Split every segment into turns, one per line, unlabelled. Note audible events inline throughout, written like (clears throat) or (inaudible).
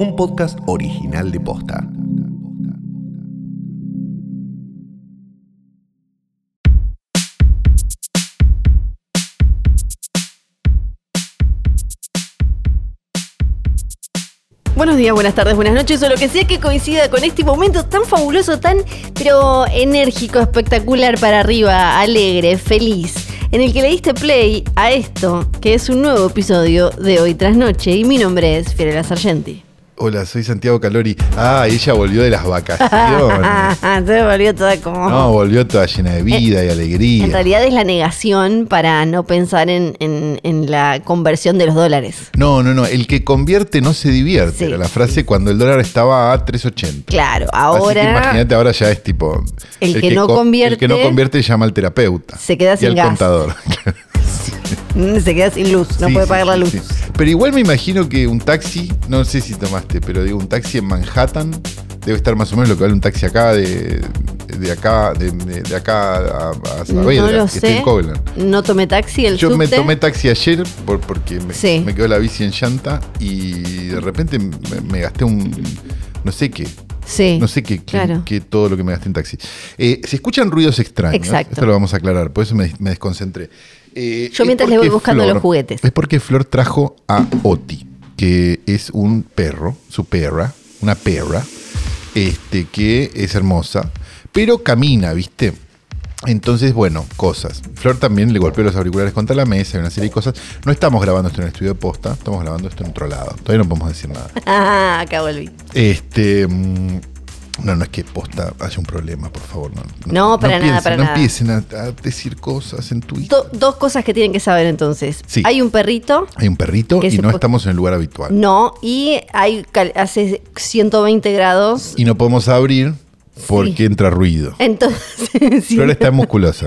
un podcast original de Posta.
Buenos días, buenas tardes, buenas noches, o lo que sea que coincida con este momento tan fabuloso, tan, pero enérgico, espectacular para arriba, alegre, feliz, en el que le diste play a esto, que es un nuevo episodio de Hoy Tras Noche, y mi nombre es Fiorella Sargenti.
Hola, soy Santiago Calori. Ah, ella volvió de las vacaciones.
(laughs) Se volvió toda como...
No, volvió toda llena de vida y
En
alegría.
realidad es la negación para no pensar en, en- en la conversión de los dólares.
No, no, no. El que convierte no se divierte.
Sí,
era la frase cuando el dólar estaba a 3.80.
Claro,
Así que
ahora
imagínate, ahora ya es tipo.
El que no
con- El
convierte-
que no convierte llama al terapeuta.
Se queda sin
y al
gas.
contador.
mm, se queda sin luz, no
Sí,
puede
sí,
pagar la
sí,
luz.
sí. Pero igual me imagino que un taxi, no sé si tomaste, pero digo, un taxi en Manhattan debe estar más o menos lo que vale un taxi acá de, de acá, de, de- de acá a, a Saavedra,
no lo
que está
sé.
en Coblan.
No tomé taxi, el
Yo me
subte.
tomé taxi ayer por- porque me,
Sí.
me quedó la bici en llanta y de repente me, me gasté un no sé qué.
Sí.
No sé qué, qué-
claro.
qué todo lo que me gasté en taxi. Eh, se escuchan ruidos extraños.
Exacto.
Esto lo vamos a aclarar, por eso me, me desconcentré. Eh,
Yo
es
mientras le voy
porque
buscando los juguetes.
Es porque Flor trajo a Oti, que es un perro, su perra, una perra, este, que es hermosa, pero camina, ¿viste? Entonces, bueno, cosas. Flor también le golpeó los auriculares contra la mesa y una serie de cosas. No estamos grabando esto en el estudio de posta, estamos grabando esto en otro lado. Todavía no podemos decir nada.
Ah, (laughs) acá volví.
Este. mm, No, no es que posta haya un problema, por favor. No,
No, para nada, para
no
nada.
empiecen a, a decir cosas en Twitter.
Do- dos cosas que tienen que saber entonces.
Sí.
Hay un perrito,
Hay un perrito
Que
y
se
no
po-
estamos en el lugar habitual.
no, y hay cal- hace 120 grados.
Y no podemos abrir porque
Sí.
entra ruido.
Entonces, (laughs) sí.
Flor está musculosa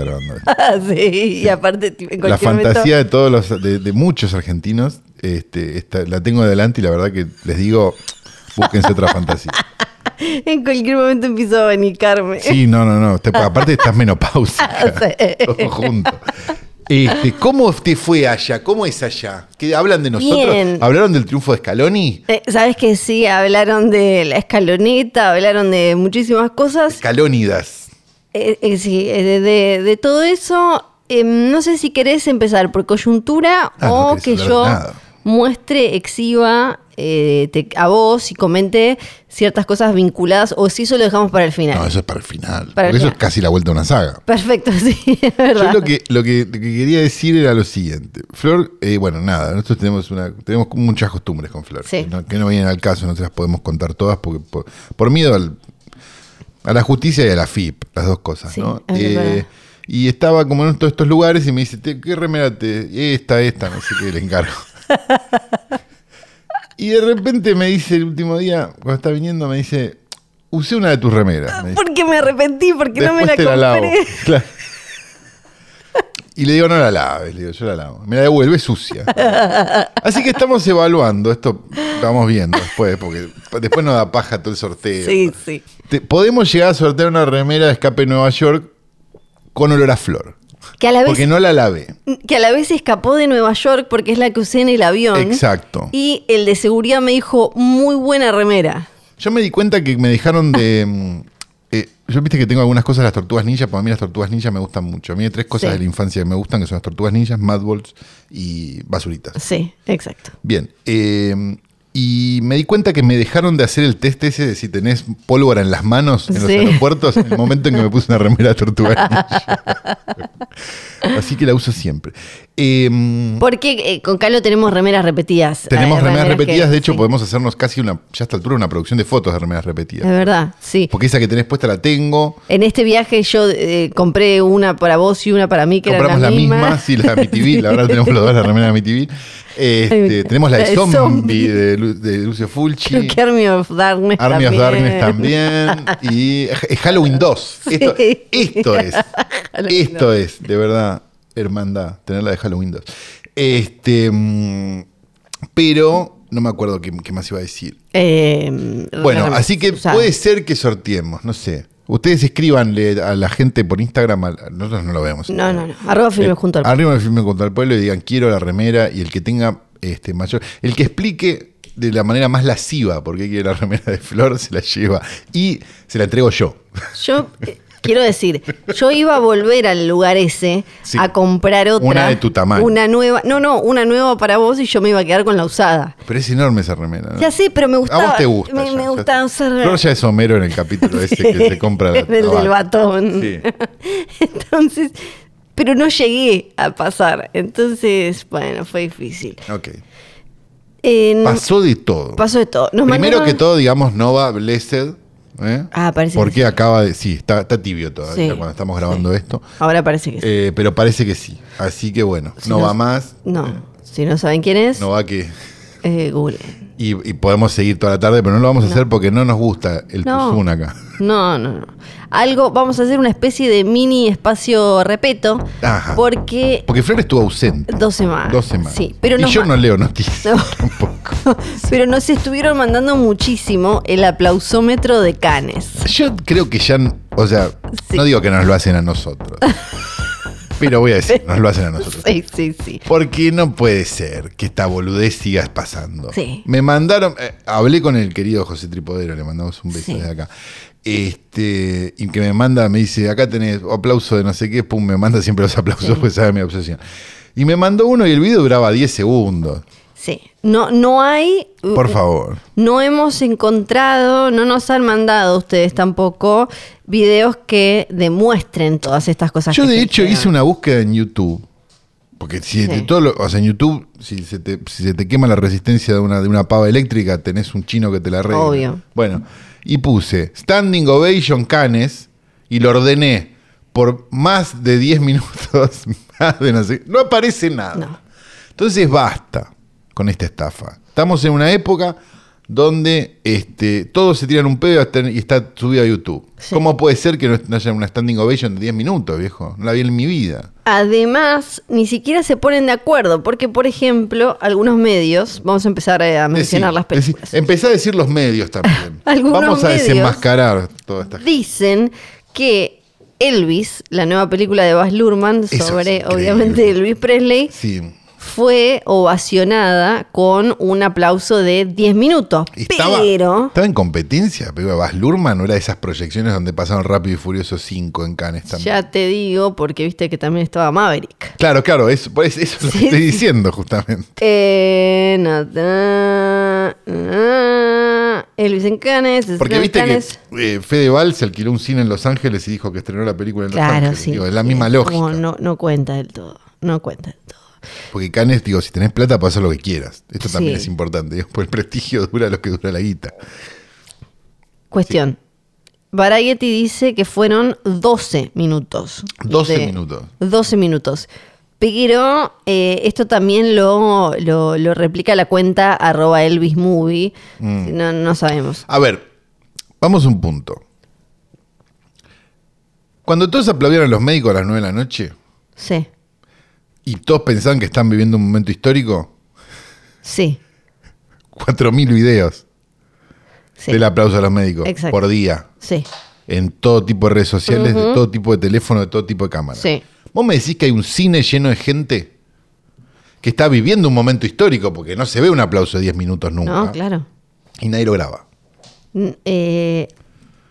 (laughs)
grabando esto.
Ah, sí, y aparte tipo, en
La
cualquier
fantasía de todos los, de, de muchos argentinos, este, está- la tengo adelante y la verdad que les digo, búsquense otra
(laughs)
fantasía.
momento, en cualquier momento empiezo a abanicarme.
Sí, no, no, no. Te- aparte
(laughs)
estás menopáusica.
Ah, Sí.
Todo junto. Este, ¿Cómo te fue allá? ¿Cómo es allá? ¿Qué hablan de nosotros?
Bien.
¿Hablaron del triunfo de Scaloni?
Eh, Sabes que sí, hablaron de la escaloneta, hablaron de muchísimas cosas.
Scalónidas.
Eh, eh, sí, eh, de, de- de todo eso, em, no sé si querés empezar por coyuntura
Ah, no
o
querés
que
hablar de
yo
nada.
muestre, exhiba eh, te- a vos y comente ciertas cosas vinculadas o si eso lo dejamos para el final.
No, eso es para el final.
Para el
porque eso
final.
es casi la vuelta a una saga.
Perfecto, (laughs) sí, es verdad.
Yo lo que, lo, que, lo que quería decir era lo siguiente. Flor, eh, bueno, nada, nosotros tenemos una tenemos muchas costumbres con Flor.
Sí.
Que, no, que no vienen al caso, no se las podemos contar todas porque por, por miedo al- a la justicia y a la FIP, las dos cosas,
Sí,
¿no? Eh,
es verdad.
y estaba como en todos estos lugares y me dice, "Te- ¿qué remera te- Esta, esta, no sé qué, le
(laughs)
encargo. y de repente me dice el último día, cuando está viniendo, me dice, usé una de tus remeras. me dice.
Porque me arrepentí, porque no me la
Después
compré.
te la lavo. (laughs) Claro. Y le digo, no la laves, le digo, yo la lavo. Me la devuelve sucia. Así que estamos evaluando, esto vamos viendo después, porque después nos da paja todo el sorteo.
Sí, sí.
Te- podemos llegar a sortear una remera de escape Nueva York con olor a flor.
Que a la vez
Porque no la lavé.
que a la vez escapó de Nueva York porque es la que usé en el avión.
Exacto.
Y el de seguridad me dijo, muy buena remera.
Yo me di cuenta que me dejaron de. mm, eh, yo viste que tengo algunas cosas de las tortugas ninja, para mí las tortugas ninja me gustan mucho. A mí hay tres cosas
Sí.
de la infancia que me gustan, que son las tortugas ninjas, madballs y basuritas.
Sí, exacto.
Bien. eh, y me di cuenta que me dejaron de hacer el test ese de si tenés pólvora en las manos en los
Sí.
aeropuertos en el momento en que me puse una remera tortuga. ninja. Así que la uso siempre. Eh,
Porque eh, con Calo tenemos remeras repetidas.
tenemos
Eh,
remeras
que-
repetidas, de hecho
sí.
podemos hacernos casi una, ya a esta altura, una producción de fotos de remeras repetidas.
Es verdad, sí.
Porque esa que tenés puesta la tengo.
En este viaje yo eh, compré una para vos y una para mí, que
Compramos
eran
la
las
misma,
mismas. (laughs)
sí, la Amityville, ahora tenemos los dos la remera de Amityville. Este,
mira.
tenemos la
La
de
de
Zombie,
zombie.
De, Lu- de Lucio Fulci.
Creo que Army of Darkness
Army of
también.
Darkness también. Y eh, Halloween 2. Esto,
Sí.
esto es.
(laughs) Halloween
esto es, de verdad, hermandad, tenerla de Halloween 2. Este, mm, pero no me acuerdo qué, qué más iba a decir.
(laughs) Eh,
Bueno,
remeras
así que
usadas.
puede ser que sorteemos, no sé. Ustedes escríbanle a la gente por Instagram, a- nosotros no lo vemos.
No, no, no. Arroba firme
Eh,
junto al...
Arriba del filme contra el pueblo y digan quiero la remera y el que tenga este mayor. El que explique de la manera más lasciva, porque quiere la (laughs) remera de Flor, se la lleva y se la entrego yo.
Yo eh, quiero decir, yo iba a volver al lugar ese
Sí.
a comprar otra.
Una de tu tamaño.
Una nueva. No, no, una nueva para vos y yo me iba a quedar con la usada.
Pero es enorme esa remera. ¿no?
Ya sé, pero me gustaba.
Ah. A vos te gusta.
Me,
ya,
me
ya.
gustaba usar.
Flor ya es Homero en el capítulo ese este
(laughs)
que se compra la-
el del
la bata.
batón.
Sí.
(laughs) Entonces, pero no llegué a pasar. Entonces, bueno, fue difícil.
Ok.
Eh, no-
Pasó de todo.
pasó de todo. Nos
Primero
mandaron-
que todo, digamos, Nova Blessed. ¿eh?
Ah, parece
Porque
que sí.
acaba de. Sí, está, está tibio
Sí.
todavía cuando estamos grabando
Sí.
esto.
Ahora parece que sí.
Eh, pero parece que sí. Así que bueno,
Si
no,
no-
va más.
No, si no saben quién es,
No va que.
eh, Google.
Y, y podemos seguir toda la tarde, pero no lo vamos a hacer porque no nos gusta el
No.
puzún acá.
No, no, no. Algo, vamos a hacer una especie de mini espacio repeto.
Ajá.
Porque
Porque Flor estuvo ausente.
dos semanas.
Dos semanas.
Sí, pero
y
nos
yo
ma-
no leo noticias
No.
(laughs) tampoco.
(laughs) Pero nos estuvieron mandando muchísimo el aplausómetro de Canes.
Yo creo que ya, n- o sea,
Sí.
no digo que nos lo hacen a nosotros.
(laughs)
pero voy a decir, nos lo hacen a nosotros.
Sí, sí, sí.
Porque no puede ser que esta boludez sigas pasando.
Sí.
Me mandaron, eh, hablé con el querido José Tripodero, le mandamos un beso
Sí.
desde acá. Este, y que me manda, me dice, acá tenés aplauso de no sé qué, pum, me manda siempre los aplausos
Sí.
porque sabe mi obsesión. Y me mandó uno y el video duraba 10 segundos.
Sí. No, no hay.
Por favor.
No hemos encontrado, no nos han mandado ustedes tampoco videos que demuestren todas estas cosas.
Yo
que
de
se
hecho
hicieron.
hice una búsqueda en YouTube. Porque si de
Sí.
todo lo- o sea, en YouTube, si se, te, si se te quema la resistencia de una, de una pava eléctrica, tenés un chino que te la arregla.
Obvio.
Bueno, y puse Standing Ovation Canes y lo ordené por más de 10 (laughs) minutos, más de no sé- No aparece nada.
No.
Entonces basta con esta estafa. Estamos en una época donde este, todos se tiran un pedo hasta- y está subido a YouTube.
Sí.
¿Cómo puede ser que no no haya una standing ovation de 10 minutos, viejo? No la vi en mi vida.
Además, ni siquiera se ponen de acuerdo, porque, por ejemplo, algunos medios, vamos a empezar eh, a mencionar
Decí,
las
decí,
películas,
empezá a decir los medios también.
(laughs) Algunos
Vamos a
medios.
desenmascarar toda esta gente.
dicen que Elvis, la nueva película de Baz Luhrmann
Eso es
sobre,
increíble.
obviamente, Elvis Presley,
Sí.
fue ovacionada con un aplauso de 10 minutos.
Estaba,
pero...
estaba en competencia, pero Bas Lurman no era de esas proyecciones donde pasaron Rápido y Furioso 5 en Cannes también.
Ya te digo, porque viste que también estaba Maverick.
Claro, claro, eso, por eso, eso es lo que
Sí,
estoy
sí.
diciendo justamente.
Eh, na, na, na, Elvis en Cannes.
Porque
Stan
viste
Cannes.
que eh, Fedeval se alquiló un cine en Los Ángeles y dijo que estrenó la película en Los
Claro,
Ángeles.
sí.
Digo, es la misma
Es
lógica.
como No, no cuenta del todo. No cuenta del todo.
Porque Cannes, digo, si tenés plata, puedes hacer lo que quieras. Esto también
Sí.
es importante. digo, porque el prestigio dura lo que dura la guita.
Cuestión. Variety dice que fueron 12 minutos.
12 minutos.
12 minutos. Pero eh, esto también lo, lo, lo replica la cuenta arroba Elvis Movie.
Mm.
No, no sabemos.
A ver, vamos a un punto. Cuando todos aplaudieron a los médicos a las 9 de la noche
Sí,
y todos pensaban que están viviendo un momento histórico,
sí,
4.000 videos
sí.
del aplauso a los médicos
Exacto.
por día.
Sí,
en todo tipo de redes sociales, de todo tipo de teléfono, de todo tipo de cámara.
Sí.
Vos me decís que hay un cine lleno de gente que está viviendo un momento histórico, porque no se ve un aplauso de 10 minutos nunca.
no, claro.
Y nadie lo graba.
N- eh,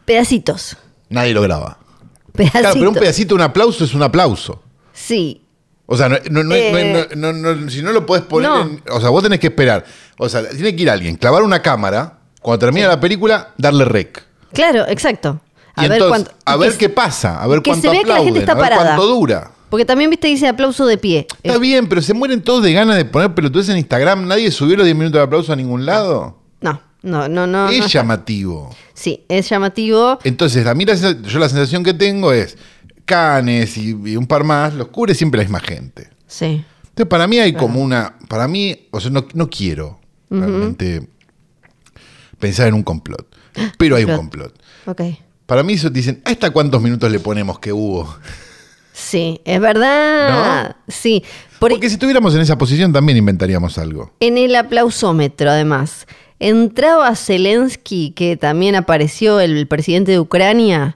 pedacitos.
Nadie lo graba.
Pedacitos.
Claro, pero un pedacito, un aplauso es un aplauso.
Sí,
O sea, no, no- no-
Eh.
no- no- no- si no lo podés poner
No.
en- O sea, vos tenés que esperar. O sea, tiene que ir alguien, clavar una cámara, cuando termina la película, darle rec.
claro, exacto.
Y entonces,
cuánto-
a ver
que-
qué pasa, a ver
que se
cuánto
vea que la gente
aplauden,
está
a ver
parada.
cuánto dura.
Porque también, viste, dice aplauso de pie.
Está
Eh,
bien, pero se mueren todos de ganas de poner pelotudes en Instagram. Nadie subió los 10 minutos de aplauso a ningún lado.
No, no, no, no. no (laughs)
es
está.
llamativo.
Sí, es llamativo.
Entonces, a mí la sensa- yo la sensación que tengo es canes y, y un par más, los cubre siempre la misma gente.
Sí.
Entonces, para mí hay como una. Para mí, o sea, no, no quiero realmente pensar en un complot. Pero hay un complot.
Ok.
Para mí, eso dicen, ¿a esta cuántos minutos le ponemos que hubo?
Sí, es verdad. Sí. por-
Porque si estuviéramos en esa posición también inventaríamos algo.
En el aplausómetro, además, entraba Zelensky, que también apareció el presidente de Ucrania,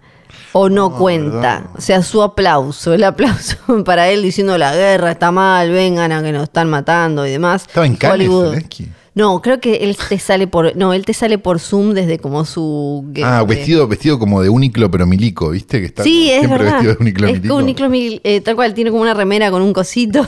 o no cuenta. O sea, su aplauso, el aplauso (laughs) para él diciendo la guerra está mal, vengan a que nos están matando y demás.
Estaba en Cannes,
Hollywood.
Zelensky.
No, creo que él te sale por. No, él te sale por Zoom desde como su.
Ah,
eh,
vestido, vestido como de uniclo pero milico, ¿viste? Que está
Sí,
como
es
siempre
verdad.
vestido de uniclo
es
milico.
como un Niclo Mil- eh, tal cual, tiene como una remera con un
(laughs)
cosito.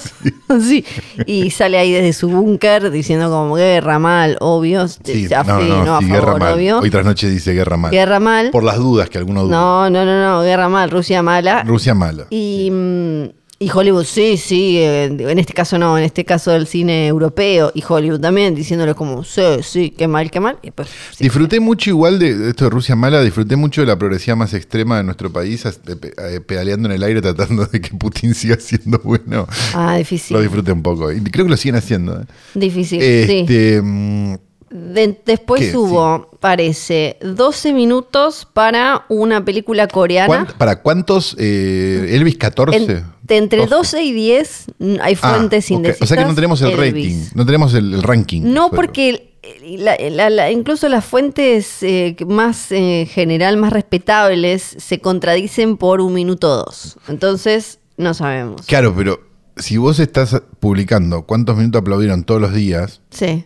Sí. Y sale ahí desde su búnker diciendo como guerra mal, obvio.
Sí,
a
no,
fe-
no,
Ah, no, a
sí,
favor,
guerra mal.
obvio.
Hoy tras noche dice guerra mal.
Guerra mal.
Por las dudas que alguno duda.
No, no, no, no, guerra mal, Rusia mala.
Rusia mala.
Y, mm, y Hollywood, sí, sí, eh, en este caso no, en este caso el cine europeo y Hollywood también, diciéndole como, sí, sí, qué mal, qué mal. Y pues, sí.
disfruté mucho igual de de esto de Rusia mala, disfruté mucho de la progresía más extrema de nuestro país, as- pe- eh, pedaleando en el aire tratando de que Putin (laughs) siga siendo bueno.
Ah,
Lo
difícil.
disfruté un poco. Y creo que lo siguen haciendo. ¿eh?
Difícil, sí.
este, mm,
De-
¿Qué?
después
Sí.
hubo, parece, 12 minutos para una película
¿cuán-
coreana.
¿Para cuántos? eh, Elvis 14.
En- de entre 12 y 10 mm, hay
Ah,
fuentes
ok.
indecisas.
O sea que no tenemos el rating, no tenemos el, el ranking.
No,
Pero-
porque el- la- la- la- incluso las fuentes eh, que más eh, general, más respetables, se contradicen por un minuto o dos. Entonces, no sabemos.
Claro, pero si vos estás publicando cuántos minutos aplaudieron todos los días,
Sí.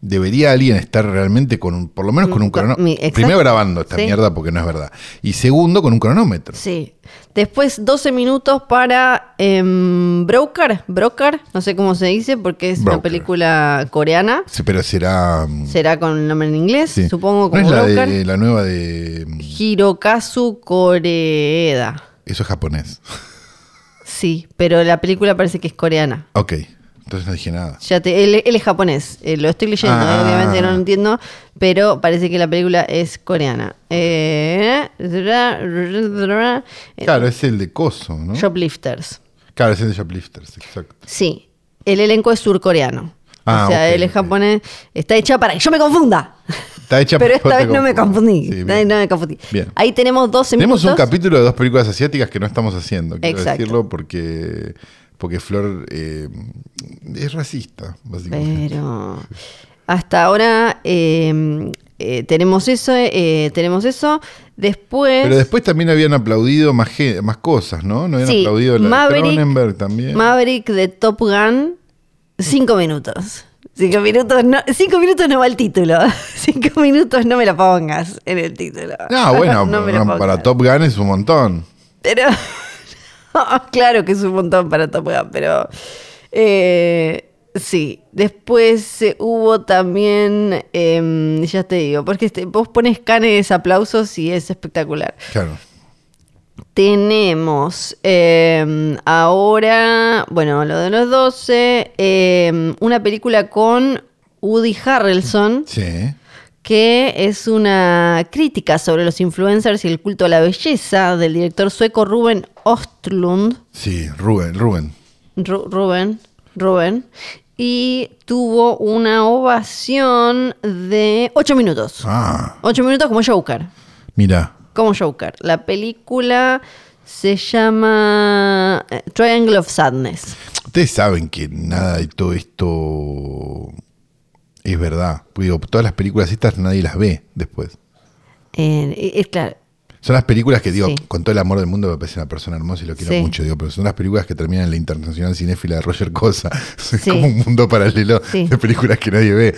debería alguien estar realmente con un, por lo menos con un
Con-
cronómetro.
mi- exacto.
Primero grabando esta
Sí.
mierda porque no es verdad. Y segundo, con un cronómetro.
Sí. Después 12 minutos para em, Broker. Broker, no sé cómo se dice porque es una
Broker.
película coreana.
Sí, pero será. mm,
Será con el nombre en inglés,
sí.
supongo
¿No
como
es la,
Broker.
de, la nueva de. mm,
Hirokazu Koreeda.
Eso es japonés. (laughs)
Sí, pero la película parece que es coreana.
Ok. Entonces no dije nada.
Ya te- él, él es japonés, eh, lo estoy leyendo, eh,
Ah.
obviamente no lo entiendo, pero parece que la película es coreana. Eh, eh,
Claro, es el de Coso, ¿no?
Shoplifters.
Claro, es el de Shoplifters, exacto.
Sí, el elenco es surcoreano.
Ah,
o sea,
ok,
él es
ok.
japonés, está hecha para que yo me confunda.
Está hecha
Pero
para
esta
que
vez no me
confundas.
confundí.
Sí,
esta
bien.
vez no me confundí.
Bien.
Ahí tenemos 12
Tenemos un
minutos.
capítulo de dos películas asiáticas que no estamos haciendo, quiero
Exacto.
decirlo, porque, porque Flor eh, es racista, básicamente.
Pero hasta ahora eh, eh, tenemos eso, eh, tenemos eso. Después,
Pero después también habían aplaudido más, ge- más cosas, ¿no? No habían
Sí,
aplaudido la
Maverick-
de Cronenberg también.
Maverick de Top Gun, cinco minutos. Cinco minutos no, cinco minutos no va el título. (laughs) Cinco minutos no me la pongas en el título. (laughs)
no, bueno,
me la
para- para
pongas.
Top Gun es un montón.
Pero. (laughs) claro que es un montón para Top Gun, pero. eh, sí. Después eh, hubo también. em, ya te digo, porque este- vos pones canes aplausos y es espectacular.
Claro.
Tenemos em, ahora. Bueno, lo de los 12. em, una película con. Woody Harrelson,
Sí.
que es una crítica sobre los influencers y el culto a la belleza del director sueco Ruben Ostlund.
Sí, Rubén, Rubén.
Ru- Ruben, Ruben. Y tuvo una ovación de 8 minutos.
Ah,
8 minutos como Joker.
mira.
Como Joker. La película se llama eh, Triangle of Sadness.
Ustedes saben que nada de todo esto es verdad. Digo, todas las películas estas nadie las ve después.
Eh, y- y claro,
Son las películas que digo,
Sí.
con todo el amor del mundo me parece una persona hermosa y lo quiero
Sí.
mucho, digo, pero son las películas que terminan en la internacional cinéfila de Roger Cosa. (laughs) Es
Sí.
como un mundo paralelo
Sí.
de películas que nadie ve.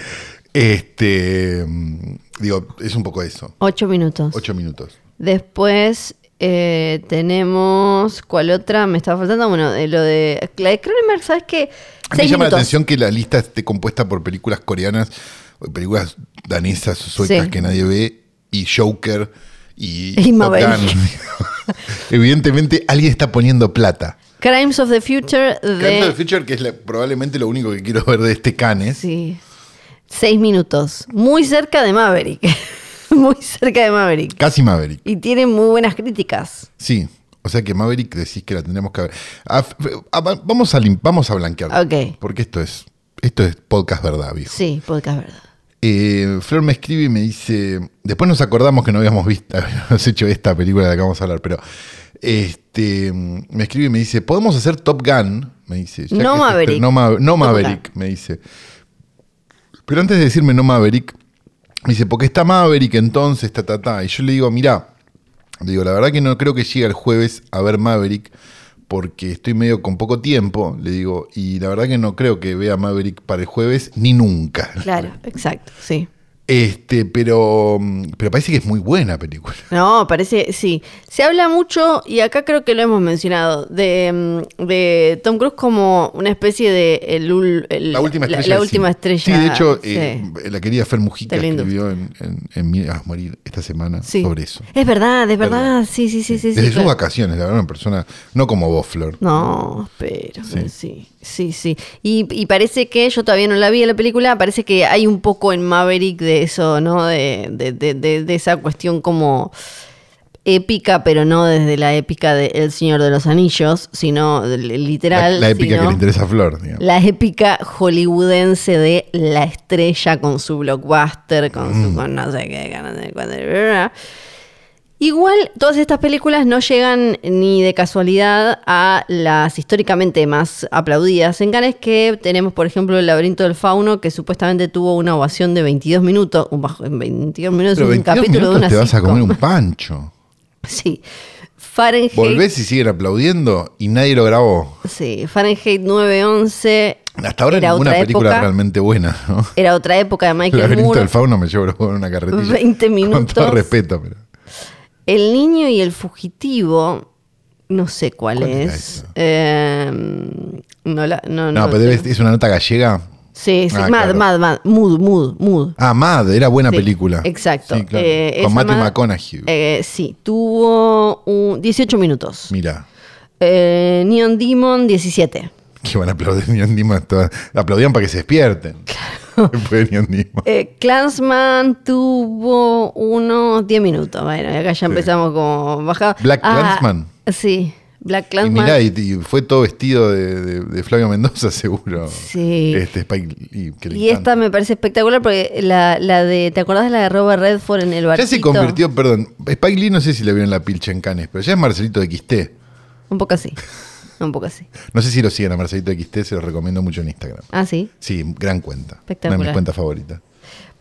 Este mm, digo, es un poco eso.
8 minutos.
Ocho minutos.
Después eh, tenemos. ¿Cuál otra me estaba faltando? Bueno, de lo de. La de Cronenberg, ¿sabes qué?
A mí me
Seis
llama la
minutos.
atención que la lista esté compuesta por películas coreanas, películas danesas, suecas
Sí.
que nadie ve, y Joker y,
Y
Top
Maverick. (laughs)
Gun. Evidentemente alguien está poniendo plata.
Crimes of the Future
Crimes of the
de.
Future, que es la- probablemente lo único que quiero ver de este Cannes.
Sí. Seis minutos. Muy cerca de Maverick. (laughs) muy cerca de Maverick.
Casi Maverick,
Y tiene muy buenas críticas.
sí. O sea que Maverick decís que la tendríamos que ver. Ah, A- a- vamos, a, lim- vamos a blanquear.
Ok.
Porque esto es, esto es podcast verdad, viejo.
Sí, podcast verdad.
Eh, Flor me escribe y me dice. Después nos acordamos que no habíamos visto, (laughs) habíamos hecho esta película de la que vamos a hablar, pero. Este, me escribe y me dice: ¿Podemos hacer Top Gun? Me dice. ya
No
que se
Maverick.
estrenó Ma- no
Top
Maverick, me dice. Pero antes de decirme no Maverick, me dice: ¿Por qué está Maverick entonces? Ta, ta, ta. Y yo le digo: Mirá, le digo, la verdad que no creo que llegue el jueves a ver Maverick porque estoy medio con poco tiempo, le digo, y la verdad que no creo que vea Maverick para el jueves ni nunca.
Claro, exacto, sí.
Este, pero, mm, pero parece que es muy buena película.
No, parece, sí. Se habla mucho, y acá creo que lo hemos mencionado, de, mm, de Tom Cruise como una especie de el ul- el-
La última estrella.
La,
del
última
cine.
estrella.
Sí, de hecho,
sí.
eh, la querida Fer Mujica
Del Indus.
escribió en, en, en Miegas a Morir esta semana
Sí.
sobre eso.
Es verdad, es verdad.
Perdón.
Sí, sí, sí, sí. sí,
Desde sus
claro.
vacaciones, la verdad, una persona, no como vos, Flor.
No, pero
Sí.
sí, sí, sí. Y, y parece que, yo todavía no la vi en la película, parece que hay un poco en Maverick de eso, ¿no? De, de- de- de- de esa cuestión como épica, pero no desde la épica de El Señor de los Anillos, sino del-
La,
literal.
la épica que
sino
le interesa a Flor, digamos.
La épica hollywoodense de la estrella con su blockbuster, con
Mm.
su con no sé qué, con no sé cuándo, bla, bla, bla. Igual, todas estas películas no llegan ni de casualidad a las históricamente más aplaudidas. En Cannes que tenemos, por ejemplo, El laberinto del fauno, que supuestamente tuvo una ovación de 22 minutos. Un bajo- en 22 minutos
pero
es un
22
capítulo de una
minutos te vas a
sitcom.
comer un pancho.
(laughs) Sí. Fahrenheit,
Volvés y siguen aplaudiendo y nadie lo grabó.
sí, Fahrenheit 911
Hasta ahora
Era
ninguna
otra
película
época.
realmente buena, ¿no?
era otra época de
El
Michael
laberinto
Moore.
del fauno me llevo en una carretilla.
20
Con todo
minutos.
respeto, pero.
El niño y el fugitivo, no sé cuál,
¿Cuál
es.
era esa?
Eh, no la. No,
No,
no
pero
tengo.
debe- es una nota gallega.
Sí, sí,
Ah,
mad,
claro.
mad, mad. Mood, mood, mood.
Ah, Mad, era buena
Sí,
película.
exacto.
Sí, claro.
Eh,
Con
esa
Matthew
Mad-
McConaughey.
Eh, sí, tuvo un- 18 minutos.
Mira,
Eh, Neon Demon, 17.
que van a aplaudir (laughs) Neon Dimas. todas- Aplaudían para que se despierten. (laughs) Después de Neon Dimas.
Eh, Clansman tuvo unos 10 minutos. Bueno, y acá ya empezamos como bajado.
Black Klansman.
Sí, Black
Y
Clansman.
mirá, y, y fue todo vestido de, de- de Flavio Mendoza, (laughs) seguro.
Sí.
Este Spike Lee, que le
Y esta
encanta.
me parece espectacular porque la, la de. ¿Te acordás de la de Robert Redford en el barquito?
Ya se convirtió, perdón. Spike Lee no sé si le vieron la pilcha en Canes, pero ya es Marcelito de XT.
Un poco así. Un poco así.
No sé si lo siguen a Marcelito XT, se lo recomiendo mucho en Instagram.
Ah, sí.
Sí, gran cuenta. Una de mis
Espectacular.
cuentas favoritas.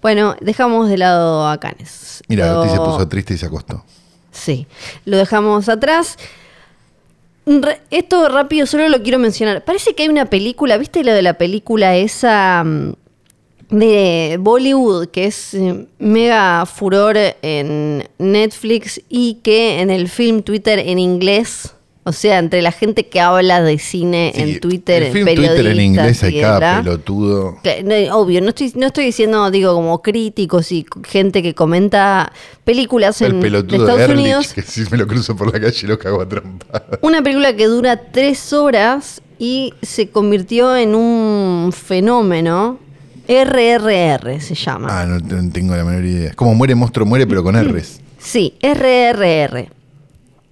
Bueno, dejamos de lado a Canes.
Mira,
Lo-
Ortiz se puso triste y se acostó.
Sí. Lo dejamos atrás. Re- esto rápido, solo lo quiero mencionar. Parece que hay una película, ¿viste lo de la película esa mm, de Bollywood que es eh, mega furor en Netflix y que en el film Twitter en inglés, o sea, entre la gente que habla de cine
Sí,
en Twitter,
el
en
film
periodistas,
Twitter en inglés
y
hay cada
bla.
pelotudo.
Cla- no, Obvio, no estoy, no estoy diciendo, digo, como críticos y c- gente que comenta películas
El
en
pelotudo de
Estados
Erlich,
Unidos.
que si me lo cruzo por la calle lo cago a trompa.
Una película que dura tres horas y se convirtió en un fenómeno. RRR se llama.
Ah, no, te- no tengo la menor idea. Es como muere monstruo, muere, pero con R's.
Sí, RRR.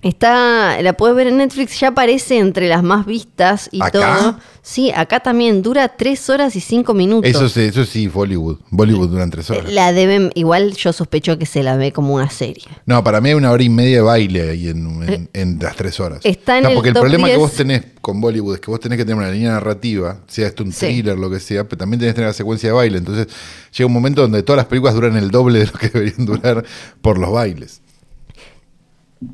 Está, la puedes ver en Netflix, ya aparece entre las más vistas y
¿Acá?
todo. Sí, acá también dura tres horas y cinco minutos. Eh,
Eso, se- eso sí, Bollywood. Bollywood duran tres horas.
La deben, igual yo sospecho que se la ve como una serie.
No, para mí hay una hora y media de baile ahí en, en- en las tres horas.
Está en
No,
el
porque el
top
problema que
10.
vos tenés con Bollywood es que vos tenés que tener una línea narrativa, sea esto un
Sí.
thriller, lo que sea, pero también tenés que tener la secuencia de baile. Entonces llega un momento donde todas las películas duran el doble de lo que deberían durar por los bailes.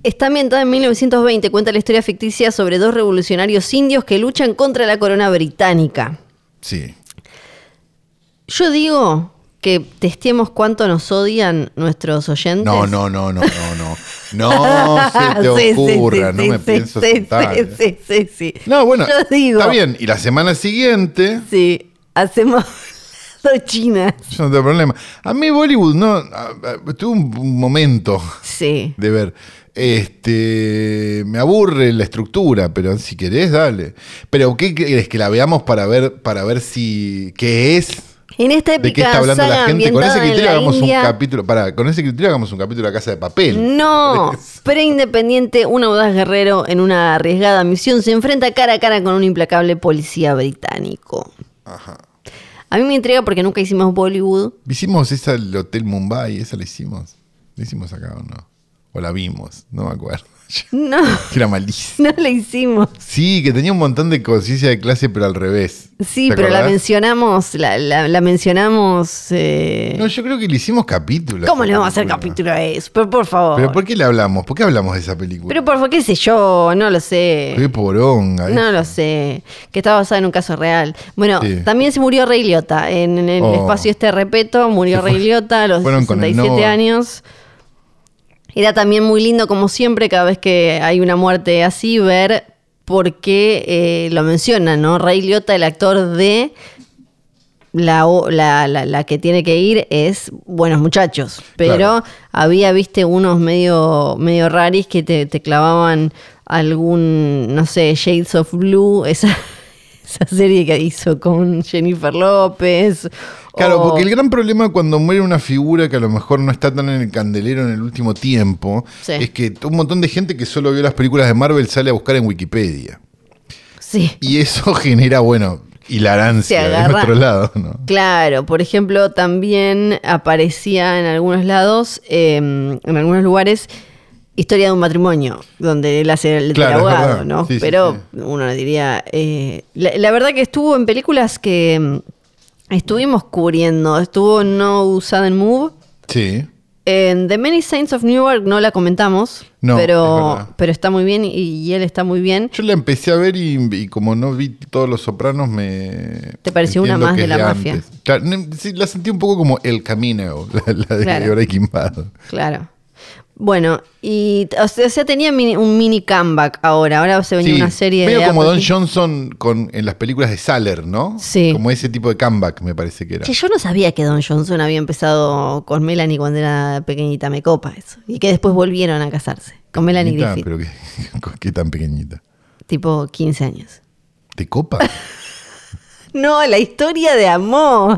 Está ambientada en 1920, cuenta la historia ficticia sobre dos revolucionarios indios que luchan contra la corona británica.
Sí.
Yo digo que testemos cuánto nos odian nuestros oyentes. (laughs)
No, no, no, no, no, no. No se te
Sí, sí,
ocurra,
sí,
no
sí,
me
sí,
pienso
sí,
sentar. ¿eh?
Sí, sí, sí, sí.
No, bueno,
Yo digo.
está bien. Y la semana siguiente,
Sí, hacemos (laughs) dos chinas.
yo no tengo problema. A mí Bollywood, no, a- a- tuve un- un momento
Sí.
de ver. Este, me aburre la estructura, pero si querés, dale. Pero ¿qué crees que la veamos para ver para ver si qué es?
En esta épica
¿De qué está hablando
saga
la gente? Con ese
ambientada en
criterio
la
hagamos
India-
un capítulo, para, con ese criterio hagamos un capítulo de la Casa de Papel.
No, preindependiente, un audaz guerrero en una arriesgada misión se enfrenta cara a cara con un implacable policía británico. A mí me intriga porque nunca hicimos Bollywood.
Hicimos esa el Hotel Mumbai, esa la hicimos. ¿La hicimos acá o no? O la vimos, no me acuerdo. (laughs) aquella.
No,
Que era malísima.
(laughs) no la hicimos.
Sí, que tenía un montón de conciencia de clase, pero al revés.
Sí,
¿Te
pero la
acordás?
mencionamos, la, la- la mencionamos. eh,
No, yo creo que le hicimos capítulo.
¿Cómo
esa
le vamos a hacer
película.
capítulo a eso? Pero por favor.
¿Pero por qué le hablamos? ¿Por qué hablamos de esa película?
Pero por favor, qué sé yo, no lo sé.
Qué poronga. ¿eh?
No lo sé, que está basada en un caso real. Bueno,
Sí.
también se murió Rey Liotta en, en el
Oh.
espacio este repeto, murió
Se fue-
Rey Liotta a los
fueron con el
67
Nobel.
años. Era también muy lindo, como siempre, cada vez que hay una muerte así, ver por qué eh, lo mencionan, ¿no? Rey Liotta, el actor de... La, o- la, la- la que tiene que ir es Buenos Muchachos, pero
Claro.
había, viste, unos medio, medio raris que te, te clavaban algún, no sé, Shades of Blue, (laughs) esa, esa serie que hizo con Jennifer López.
Claro,
o-
porque el gran problema cuando muere una figura que a lo mejor no está tan en el candelero en el último tiempo,
Sí.
es que un montón de gente que solo vio las películas de Marvel sale a buscar en Wikipedia.
Sí.
Y eso (laughs) genera, bueno,
Se
hilarancia de
agarra.
nuestro lado, ¿no?
Claro, por ejemplo, también aparecía en algunos lados, eh, en algunos lugares, historia de un matrimonio, donde él hace el del
Claro, es
abogado,
verdad.
¿no?
Sí, sí,
Pero
sí.
uno le diría. eh, la, la verdad que estuvo en películas que mm, estuvimos cubriendo. Estuvo No Usada en Move.
Sí.
En The Many Saints of Newark no la comentamos,
No, es
pero,
verdad.
pero está muy bien y, y él está muy bien.
Yo la empecé a ver y, y como no vi todos los sopranos me...
Te pareció una
entiendo
más
que
de la
es
mafia.
antes. Claro, ne- sí, la sentí un poco como El Camino, (laughs) la, la de
Claro.
Breaking Bad.
Claro. Bueno, y o sea, o sea, tenía mini- un mini comeback ahora. Ahora se venía
Sí,
una serie
medio
de.
como
Apple
Don
TV.
Johnson con, en las películas de Saller, ¿no?
Sí.
Como ese tipo de comeback me parece que era.
Che, yo no sabía que Don Johnson había empezado con Melanie cuando era pequeñita, me copa eso. Y que después volvieron a casarse con Melanie
Pequeñita,
Griffith,
pero qué, qué (laughs) tan pequeñita.
tipo 15 años.
¿Te copa?
No, la historia de amor.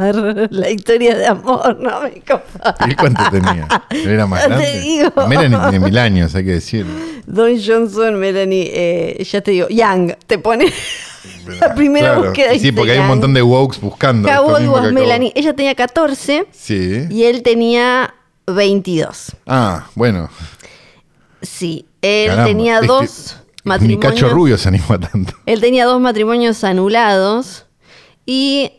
(laughs) La historia de amor, no me copa.
¿Y cuánto
(laughs)
tenía? Era más
Te
grande.
digo.
Mira, ni tiene mil años, hay que decirlo.
Don Johnson, Melanie, eh, ya te digo, Young, te pone (laughs) la primera
Claro.
búsqueda.
Sí, porque hay un montón de wokes buscando.
How
esto
old
mismo
was
que acabo-
Melanie? Ella tenía 14.
Sí.
Y él tenía 22.
Ah, bueno.
Sí, él
caramba.
tenía
Es que
dos
Ni
matrimonios.
Cacho Rubio se anima tanto.
Él tenía dos matrimonios anulados y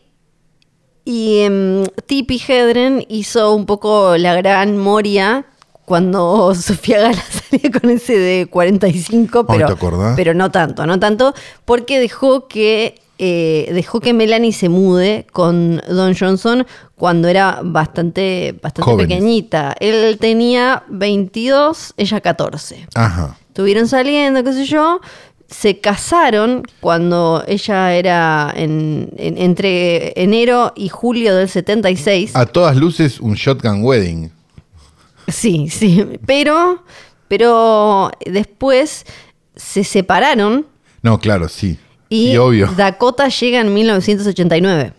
y em, Tippi Hedren hizo un poco la gran Moria cuando (laughs) Sofía Gala salía con ese de 45,
Ay,
pero,
¿te acordás?
pero no tanto, no tanto, porque dejó que eh, dejó que Melanie se mude con Don Johnson cuando era bastante, bastante
Jóvenes.
pequeñita. Él tenía 22, ella 14
Ajá.
estuvieron saliendo, qué sé yo. Se casaron cuando ella era en- en- entre enero y julio del 76.
A todas luces, un shotgun wedding.
Sí, sí. Pero, pero después se separaron
No, claro, sí.
y,
Y, obvio.
Dakota llega en 1989.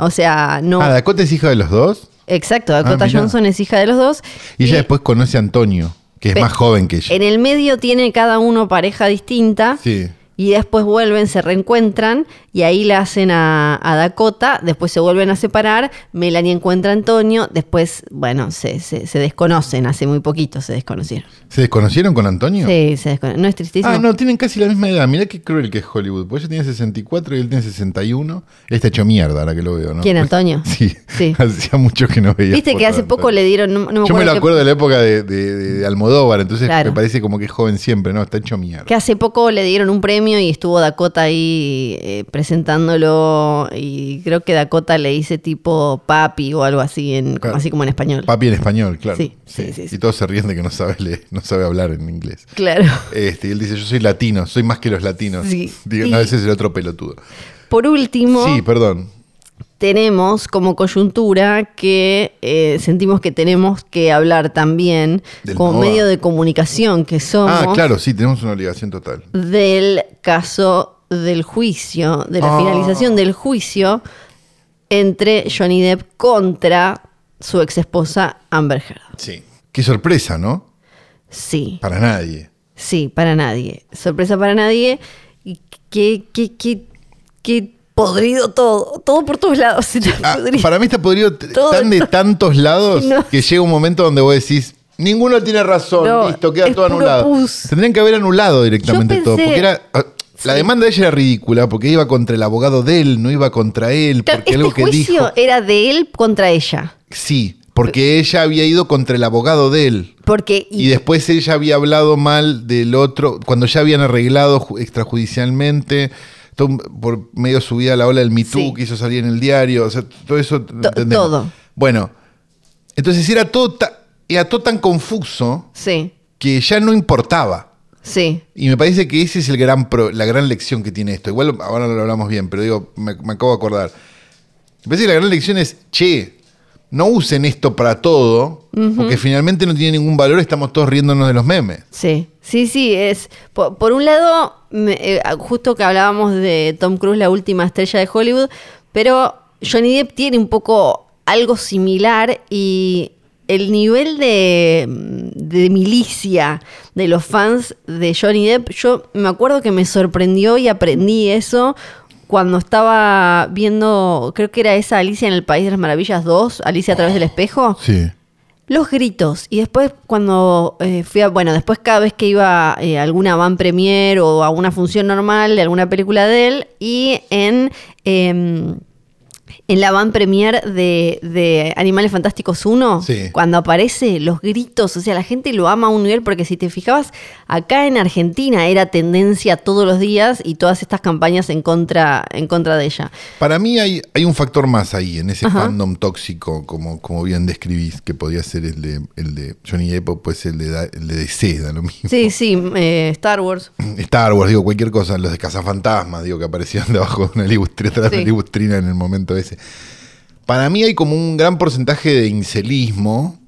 O sea, no.
Ah, Dakota es hija de los dos.
exacto, Dakota
Ah, mirá.
Johnson es hija de los dos.
Y
Y
ella después conoce a Antonio, que es
Pe-
más joven que ella.
en el medio tiene cada uno pareja distinta.
Sí.
Y después vuelven, se reencuentran y ahí la hacen a, a Dakota, después se vuelven a separar, Melanie encuentra a Antonio, después, bueno, se, se- se desconocen, hace muy poquito se desconocieron.
¿Se desconocieron con Antonio?
Sí, se desconocen. No es tristísimo.
Ah, no, tienen casi la misma edad. Mirá qué cruel que es Hollywood. Porque ella tiene 64 y él tiene 61. Él está hecho mierda ahora que lo veo, ¿no? pues,
¿Quién, Antonio?
(laughs) Sí.
Sí.
Hacía mucho que no veía.
Viste que
fotos
hace
de
poco
Antonio.
le dieron, no, no me
Yo me
acuerdo
lo
qué-
acuerdo de la época de, de- de Almodóvar, entonces
Claro.
me parece como que es joven siempre, ¿no? Está hecho mierda.
que hace poco le dieron un premio y estuvo Dakota ahí eh, presentándolo y creo que Dakota le dice tipo papi o algo así, en,
Claro.
así como en español.
Papi en español, claro.
Sí, sí, sí, sí.
Y todos se ríen de que no sabe leer, no sabe hablar en inglés.
Claro. (laughs)
Este, y él dice, yo soy latino, soy más que los latinos.
Sí.
Digo,
Y-
no, ese es el otro pelotudo.
Por último...
Sí, perdón.
tenemos como coyuntura que eh, sentimos que tenemos que hablar también
Del
como
NOA.
medio de comunicación que somos
Ah, claro, sí, tenemos una obligación total.
del caso del juicio, de la
Ah.
finalización del juicio entre Johnny Depp contra su ex esposa Amber Heard.
Sí. Qué sorpresa, ¿no?
Sí,
Para nadie.
sí, para nadie. Sorpresa para nadie. Y qué, qué, qué, qué podrido todo. Todo por todos lados.
Ah,
Podrido.
para mí está podrido t-
Todo
tan de
esto.
tantos lados
No.
que llega un momento donde vos decís, Ninguno tiene razón.
No,
Listo, queda
es
todo
puro
anulado.
pus.
Tendrían que haber anulado directamente
Yo
todo.
pensé-
Porque era. ah, La demanda de ella era ridícula, porque iba contra el abogado de él, no iba contra él,
Claro,
porque
Este
algo que
juicio
dijo.
era de él contra ella.
Sí, porque ella había ido contra el abogado de él.
Porque
Y después ella había hablado mal del otro, cuando ya habían arreglado ju- extrajudicialmente, todo un- por medio subida a la ola del Me Too
Sí.
que hizo salir en el diario, o sea, todo eso. entendemos.
todo.
Bueno, entonces era todo, ta- era todo tan confuso
Sí,
que ya no importaba.
sí.
Y me parece que ese es el gran pro- la gran lección que tiene esto. Igual ahora no lo hablamos bien, pero digo, me, me acabo de acordar. Me parece que la gran lección es, che, no usen esto para todo, porque finalmente no tiene ningún valor, estamos todos riéndonos de los memes.
Sí, sí, sí, es. Por, por un lado, me- eh, justo que hablábamos de Tom Cruise, la última estrella de Hollywood, pero Johnny Depp tiene un poco algo similar y el nivel de, de milicia de los fans de Johnny Depp, yo me acuerdo que me sorprendió y aprendí eso cuando estaba viendo, creo que era esa Alicia en el País de las Maravillas 2, Alicia a través del espejo.
Sí.
Los gritos. Y después cuando eh, fui a... Bueno, después cada vez que iba eh, a alguna van premier o a una función normal de alguna película de él y en... em, en la van premier de, de Animales Fantásticos 1,
Sí.
cuando aparece los gritos, o sea, la gente lo ama a un nivel porque si te fijabas, acá en Argentina era tendencia todos los días y todas estas campañas en contra, en contra de ella.
Para mí hay, hay un factor más ahí, en ese
Ajá.
fandom tóxico, como, como bien describís, que podía ser el de, el de Johnny Depp, o puede ser el de, Da- el de DC, da lo mismo.
Sí, sí, eh, Star Wars.
(clears throat) Star Wars, digo, cualquier cosa, los de Cazafantasmas, digo, que aparecían debajo de una libustrina, atrás de una
Sí.
libustrina en el momento ese. Para mí hay como un gran porcentaje de incelismo,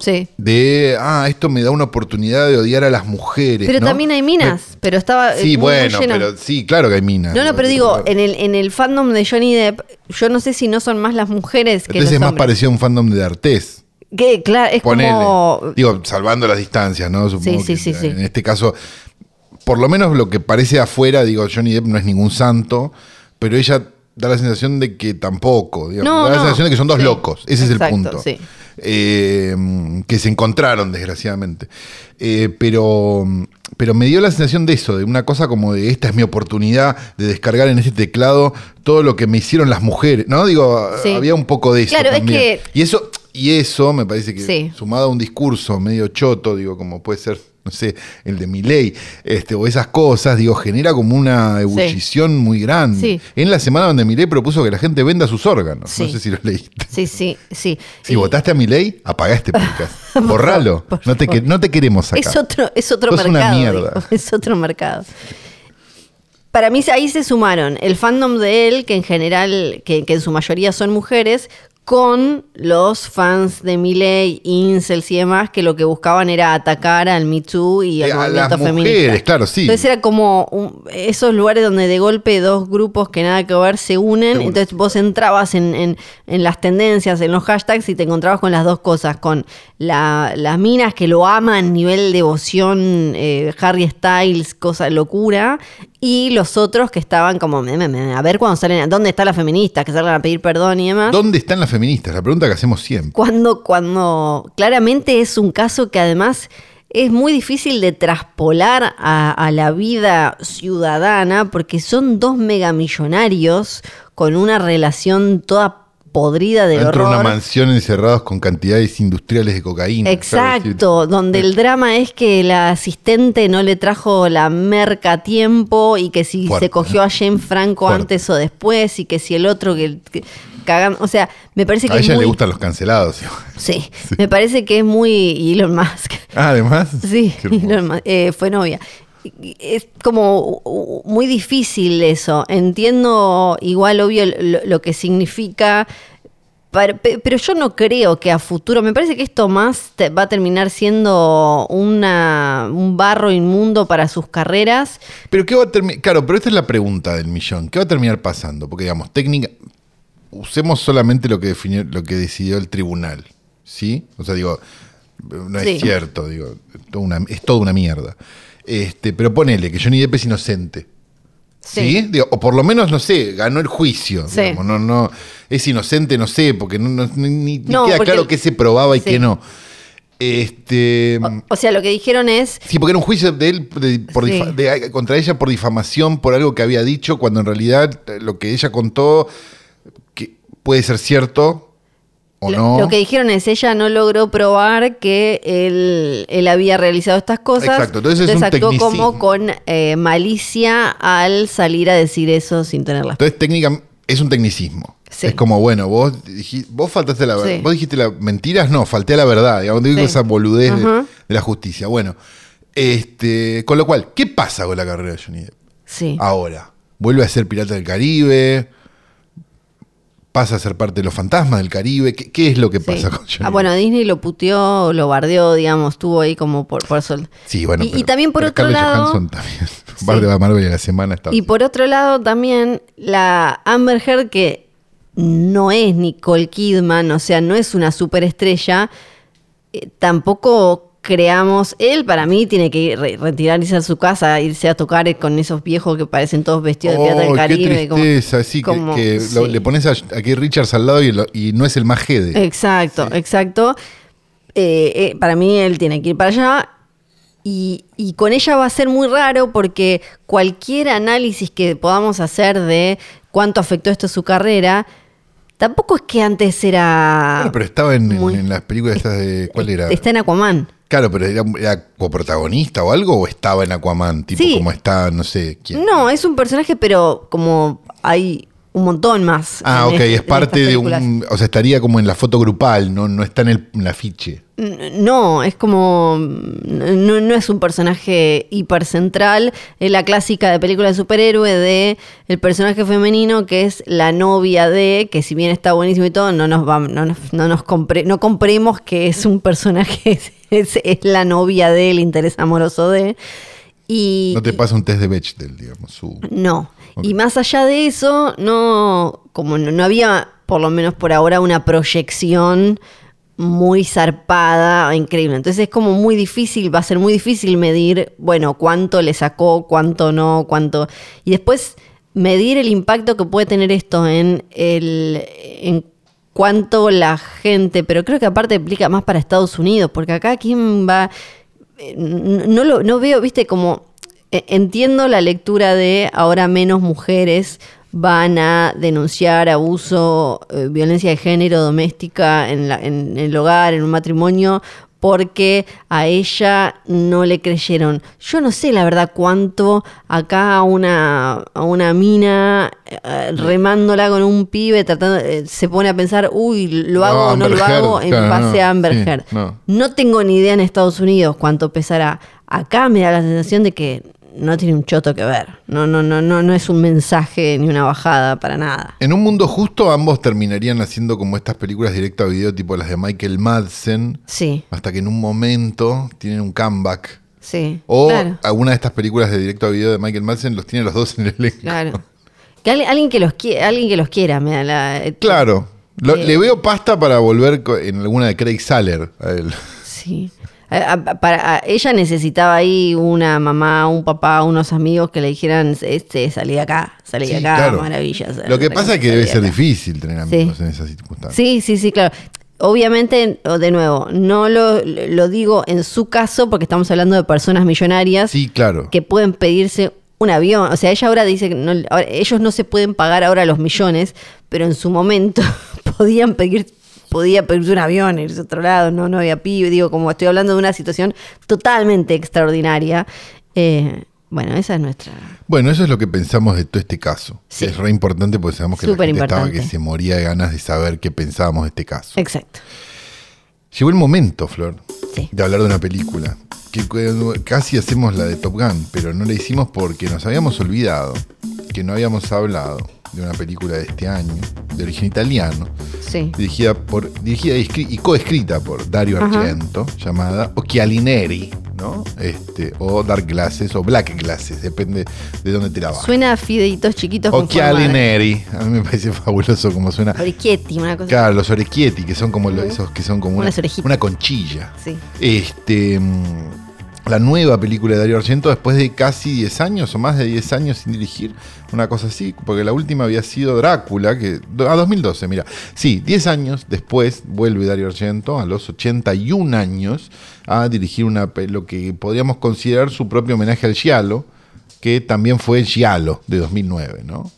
Sí.
de, ah, esto me da una oportunidad de odiar a las mujeres.
Pero
¿no?
también hay minas, pero estaba eh,
Sí,
muy, muy
bueno,
lleno.
pero sí, claro que hay minas.
No, no, pero digo, en el, en el fandom de Johnny Depp, yo no sé si no son más las mujeres que
Entonces es
los
más
hombres.
parecido a un fandom de Artés.
Que, claro, es
Ponele.
como...
Digo, salvando las distancias, ¿no? Supongo
Sí, sí, sí,
que
sí.
En este caso, por lo menos lo que parece afuera, digo, Johnny Depp no es ningún santo, pero ella da la sensación de que tampoco. digo,
No,
da la
no.
sensación de que son dos
Sí.
locos. Ese
Exacto,
es el punto.
sí.
Eh, que se encontraron, desgraciadamente. Eh, pero. Pero me dio la sensación de eso, de una cosa como de esta es mi oportunidad de descargar en este teclado todo lo que me hicieron las mujeres, ¿no? Digo,
Sí.
había un poco de eso.
Claro, es
también.
que-
Y eso, y eso me parece que
Sí.
sumado a un discurso medio choto, digo, como puede ser, no sé, el de Milei, este, o esas cosas, digo, genera como una ebullición muy grande.
Sí.
En la semana donde Milei propuso que la gente venda sus órganos. No
Sí.
sé si lo leíste.
Sí, sí, sí.
Si
Y
votaste a Milei, apagá este podcast. Borralo.
(laughs) Por
No te, que-
favor.
no te queremos acá.
Es otro, es otro
Sos
mercado.
una mierda.
digo, (laughs) es otro mercado. Para mí ahí se sumaron el fandom de él, que en general, que, que en su mayoría son mujeres, con los fans de Miley, Incels y demás, que lo que buscaban era atacar al Me Too y al
Eh, a
movimiento
las
feminista.
mujeres, claro, sí.
Entonces era como un- esos lugares donde de golpe dos grupos que nada que ver se unen.
unen.
Entonces vos entrabas en, en- en las tendencias, en los hashtags y te encontrabas con las dos cosas, con la- las minas que lo aman, nivel devoción, eh, Harry Styles, cosa de locura, y los otros que estaban como, "Me, me, me, a ver cuando salen, ¿dónde están las feministas que salgan a pedir perdón y demás?
¿Dónde están las feministas? La pregunta que hacemos siempre.
Cuando, cuando claramente es un caso que además es muy difícil de traspolar a, a la vida ciudadana porque son dos megamillonarios con una relación toda podrida de
Dentro de una
horror.
mansión encerrados con cantidades industriales de cocaína. ¿sabes?
Exacto, donde el drama es que la asistente no le trajo la merca a tiempo y que si
Fuerte, ¿eh?
se cogió a Jane Franco
Fuerte.
antes o después y que si el otro que, que cagan, o sea, me parece que
A
es
ella le
muy-
gustan los cancelados. digo.
Sí, me parece que es muy Elon Musk.
Ah, además.
(laughs) Sí,
Qué hermoso.
Elon Musk, eh, fue novia. Y- y Es como u- u- muy difícil eso. Entiendo igual, obvio, lo, lo que significa. par- pe- Pero yo no creo que a futuro, me parece que esto más te- va a terminar siendo una, un barro inmundo para sus carreras.
Pero qué va a terminar. Claro, pero esta es la pregunta del millón. ¿Qué va a terminar pasando? Porque, digamos, técnica. Usemos solamente lo que definió, lo que decidió el tribunal. ¿Sí? O sea, digo, no es
Sí.
cierto, digo, es toda una, es toda una mierda. Este, pero ponele que Johnny Depp es inocente. ¿Sí? Digo, o por lo menos, no sé, ganó el juicio.
Sí.
digamos, no, no, es inocente, no sé, porque no, no- ni, ni
No,
queda
porque
claro
el-
qué se probaba y
Sí.
qué no. Este.
O sea, lo que dijeron es.
Sí, porque era un juicio de él de- por
Sí.
difa- de- contra ella por difamación por algo que había dicho, cuando en realidad eh, lo que ella contó que puede ser cierto o
lo,
no.
lo que dijeron es, ella no logró probar que él, él había realizado estas cosas.
Exacto, entonces es un
actuó
tecnicismo.
como con eh, malicia al salir a decir eso sin tenerlas.
Entonces, técnica es un tecnicismo.
Sí.
Es como, bueno, vos, diji- vos faltaste a la verdad.
Sí.
Vos dijiste la mentiras, no, falté a la verdad. Digamos, digo
Sí.
esa boludez de,
Ajá.
de la justicia. Bueno, este, con lo cual, ¿qué pasa con la carrera de Johnny Depp?
Sí.
Ah, Ahora, vuelve a ser pirata del Caribe, pasa a ser parte de los fantasmas del Caribe. ¿Qué, qué es lo que
sí.
pasa con Johnny
Ah, bueno, Disney lo puteó, lo bardeó, digamos, estuvo ahí como por, por sol.
Depp? Sí, bueno.
y, y
pero-
también por
pero
otro
Scarlett
lado.
Johansson también. (laughs) Parte de Marvel en la semana está.
Y por otro lado, también la Amber Heard, que no es Nicole Kidman, o sea, no es una superestrella, eh, tampoco creamos. Él, para mí, tiene que ir- re- retirarse a su casa, irse a tocar con esos viejos que parecen todos vestidos de pirata
Oh,
del Caribe.
qué tristeza,
como-
sí, que-
como-
que, lo-
sí.
le pones a, a Keith Richards al lado y, lo- y no es el más jede.
Exacto, exacto. Eh, eh, para mí él tiene que ir para allá. Y, y con ella va a ser muy raro porque cualquier análisis que podamos hacer de cuánto afectó esto su carrera, tampoco es que antes era...
Bueno, pero estaba en, en-
Muy-
en las películas estas de. ¿Cuál era?
Está en Aquaman.
Claro, pero era, era coprotagonista o algo, o estaba en Aquaman, tipo
Sí.
como está, no sé quién.
No, es un personaje, pero como hay un montón más.
Ah,
en
ok,
este-
es
en
parte
estas
de
películas.
un. O sea, estaría como en la foto grupal, no, no está en el, en el afiche.
N- No, es como. No, no es un personaje hipercentral. Es la clásica de película de superhéroe de el personaje femenino que es la novia de, que si bien está buenísimo y todo, no nos vam- no nos, no nos compre- no compremos que es un personaje, (laughs) es, es- es la novia de, el interés amoroso de. Y,
No te pasa un test de Bechdel, digamos. su-
no.
Ok.
Y más allá de eso, no, como no, no había, por lo menos por ahora, una proyección muy zarpada, increíble. Entonces es como muy difícil, va a ser muy difícil medir, bueno, cuánto le sacó, cuánto no, cuánto. Y después medir el impacto que puede tener esto en el. en cuánto la gente. Pero creo que aparte aplica más para Estados Unidos, porque acá quién va. Eh, n- no lo no veo, viste, como eh, entiendo la lectura de ahora menos mujeres van a denunciar abuso, eh, violencia de género doméstica en, la- en el hogar, en un matrimonio, porque a ella no le creyeron. Yo no sé la verdad cuánto acá a una, a una mina eh, remándola con un pibe, tratando, eh, se pone a pensar, uy, lo
No,
hago o no
Amber
lo
Heard,
hago en
claro,
base
no,
a Amber
sí,
Heard.
no.
No tengo ni idea en Estados Unidos cuánto pesará. Acá me da la sensación de que no tiene un choto que ver. No, no, no, no, no es un mensaje ni una bajada para nada.
En un mundo justo, ambos terminarían haciendo como estas películas directo a video, tipo las de Michael Madsen,
Sí,
hasta que en un momento tienen un comeback.
sí.
O
claro,
alguna de estas películas de directo a video de Michael Madsen los tiene los dos en el elenco. (laughs)
claro. Que alguien, alguien que los quiera, alguien que los quiera, me da la. eh,
Claro. Lo-
Eh.
Le veo pasta para volver co- en alguna de Craig Saller. a él.
Sí. A- a- para, a- ella necesitaba ahí una mamá, un papá, unos amigos que le dijeran, este, salí de acá, salí de
Sí,
acá,
claro.
maravillas.
Lo que pasa es que debe ser
difícil.
difícil tener amigos en esas circunstancias.
Sí, sí, sí, claro. Obviamente, o de nuevo, no lo, lo digo en su caso porque estamos hablando de personas millonarias
Sí, claro.
que pueden pedirse un avión. O sea, ella ahora dice que no- ahora- ellos no se pueden pagar ahora los millones, pero en su momento (laughs) podían pedir podía pedirse un avión, irse a otro lado, no, no había pibe. Digo, como estoy hablando de una situación totalmente extraordinaria. Eh, bueno, esa es nuestra...
Bueno, eso es lo que pensamos de todo este caso.
Sí.
Es re importante porque sabemos que la
Súper
gente estaba que
importante.
se moría de ganas de saber qué pensábamos de este caso.
Exacto.
Llegó el momento, Flor,
Sí.
de hablar de una película. Que cu- casi hacemos la de Top Gun, pero no la hicimos porque nos habíamos olvidado que no habíamos hablado de una película de este año, de origen italiano,
Sí.
dirigida, por, dirigida y, escri- y coescrita por Dario
Ajá.
Argento, llamada Occhialineri, ¿no? Este, o Dark Glasses o Black Glasses, depende de dónde te la bajes.
Suena a fideitos chiquitos con forma de-
Occhialineri, a mí me parece (laughs) fabuloso como suena.
Orecchietti, una cosa
Claro, los orecchietti, que son como los- esos que son como una,
Unas orejitas.
una conchilla.
así.
Este. mm, la nueva película de Darío Argento después de casi 10 años o más de 10 años sin dirigir, una cosa así, porque la última había sido Drácula, que ah, a 2012, mira. Sí, 10 años después vuelve Darío Argento a los 81 años a dirigir una pe- lo que podríamos considerar su propio homenaje al Giallo, que también fue Giallo de 2009, ¿no?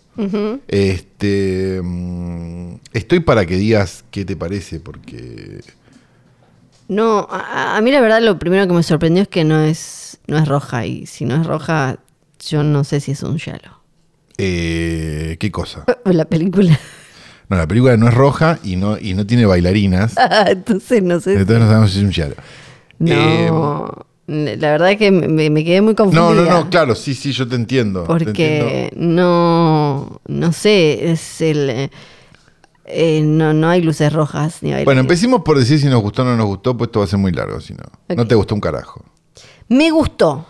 Este mm, estoy para que digas qué te parece porque
No, a, a mí la verdad lo primero que me sorprendió es que no es, no es roja. Y si no es roja, yo no sé si es un yalo.
eh, qué cosa.
(laughs) La película. (laughs)
No, la película no es roja y no, y no tiene
Ah,
bailarinas.
Entonces no sé. si-
Entonces no sabemos si es un giallo.
No. La verdad que me, me quedé muy confundida.
eh, No, no, no, claro, sí, sí, yo te entiendo. te entiendo.
Porque no, no sé, es el... eh, eh, no, no hay luces rojas ni
Bueno,
bailarinas.
empecemos por decir si nos gustó o no nos gustó, pues esto va a ser muy largo, si no. No
Ok.
te gustó un carajo.
Me gustó.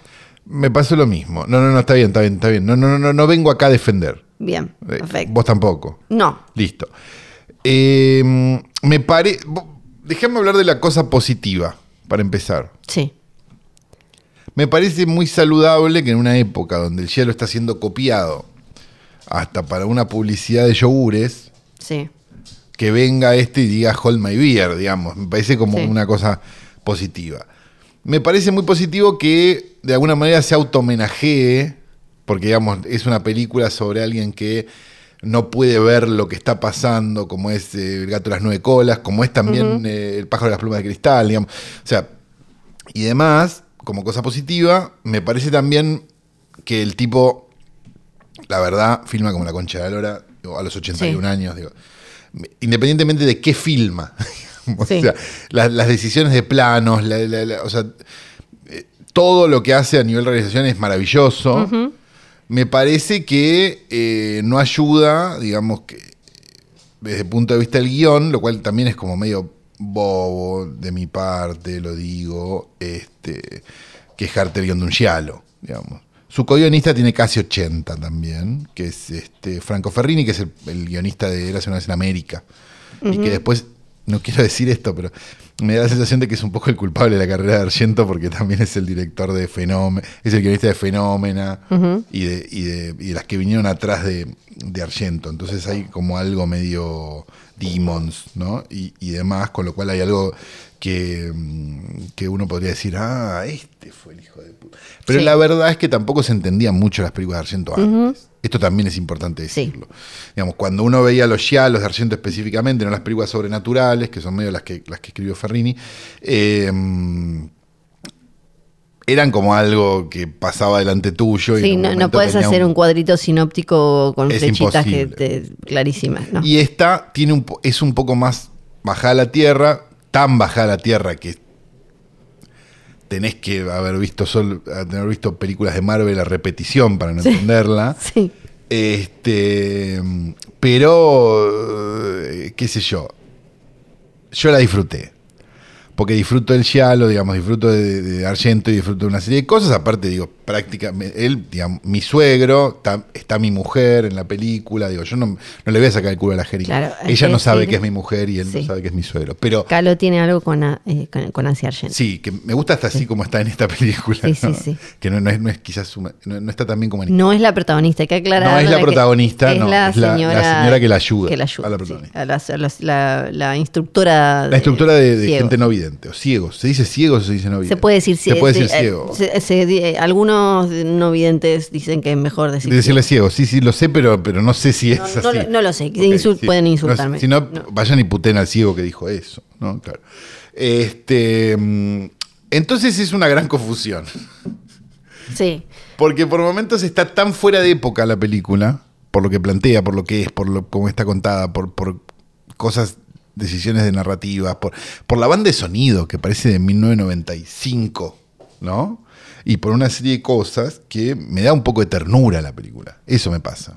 Me pasó lo mismo. No, no, no, está bien, está bien, está bien. No, no, no, no, no vengo acá a defender.
Bien,
Eh,
perfecto.
Vos tampoco.
No,
Listo. Eh, me parece. Déjame hablar de la cosa positiva, para empezar.
sí.
Me parece muy saludable que en una época donde el cielo está siendo copiado hasta para una publicidad de yogures,
Sí.
que venga este y diga Hold My Beer, digamos. Me parece como
Sí.
una cosa positiva. Me parece muy positivo que de alguna manera se auto-homenajee, porque digamos, es una película sobre alguien que no puede ver lo que está pasando, como es eh, El gato de las nueve colas, como es también eh, El pájaro de las plumas de cristal, digamos. O sea, y además, como cosa positiva, me parece también que el tipo, la verdad, filma como la concha de la lora, digo, a los 81
Sí.
años, digo. Independientemente de qué filma. (laughs) o
Sí.
sea, las, las decisiones de planos, la- la- la- o sea, eh, todo lo que hace a nivel realización es maravilloso. Me parece que eh, no ayuda, digamos, que desde el punto de vista del guión, lo cual también es como medio bobo de mi parte, lo digo, este, quejarte el guión de un giallo, digamos. Su co-guionista tiene casi 80 también, que es este Franco Ferrini, que es el, el guionista de Érase una vez en América. Y que después, no quiero decir esto, pero me da la sensación de que es un poco el culpable de la carrera de Argento, porque también es el director de Fenómena, es el guionista de Fenómena y, de, y de- y de las que vinieron atrás de, de Argento. Entonces hay como algo medio demons, ¿no? Y, y demás, con lo cual hay algo que, mm, que uno podría decir, ah, este fue el hijo de puta. Pero
Sí.
la verdad es que tampoco se entendían mucho las películas de Argento antes. Esto también es importante
Sí.
decirlo ejemplo. Digamos, cuando uno veía los giallos de Argento específicamente, no las películas sobrenaturales, que son medio las que, las que escribió Ferrini, eh, eran como algo que pasaba delante tuyo.
Sí,
en un
no, no
momento
puedes
tenía
hacer un... cuadrito sinóptico con
Es
flechitas que
imposible.
te- clarísimas, ¿no?
Y esta tiene un, po- es un poco más bajada a la tierra, tan bajada a la tierra que tenés que haber visto, sol, haber visto películas de Marvel a repetición para no
(laughs)
entenderla.
Sí,
Este, pero, eh, qué sé yo, yo la disfruté. Porque disfruto del Giallo, digamos, disfruto de, de Argento y disfruto de una serie de cosas. Aparte, digo, prácticamente, él, digamos, mi suegro, está, está mi mujer en la película. Digo, yo no, no le voy a sacar el culo a la jeringa.
Claro, hay
Ella
que
no sabe
decir-
que es mi mujer y él no
Sí.
sabe que es mi suegro. Pero
Calo tiene algo con, a- eh, con, con Nancy Argento.
sí, que me gusta hasta así como está en esta película.
Sí, sí,
¿no?
sí.
Que no, no es, no es quizás, su- no, no está tan bien como en
No es la protagonista, hay que aclarar.
No es la
que-
protagonista,
es
no,
la,
es la- la
señora
señora que la ayuda
que la
a la
sí,
protagonista.
a la, a la- la- la instructora.
La estructura de, de
ciego.
gente no vidente, o ciegos. ¿Se dice ciegos o se dice no vidente?
Se puede decir ciego.
Se puede decir
eh,
ciego.
se- se di- eh, algunos no videntes dicen que es mejor decir.
Decirle ciego, sí, sí, lo sé, pero, pero no sé si es
No,
así.
no lo- no lo sé,
Ok,
insul- pueden insultarme.
No, si no,
No.
vayan y puten al ciego que dijo eso, ¿no? Claro. Este, mm, entonces es una gran confusión,
ciego. Sí.
porque por momentos está tan fuera de época la película, por lo que plantea, por lo que es, por lo, cómo está contada, por, por cosas, decisiones de narrativas, por, por la banda de sonido que parece de 1995, ¿no? Y por una serie de cosas que me da un poco de ternura la película. Eso me pasa.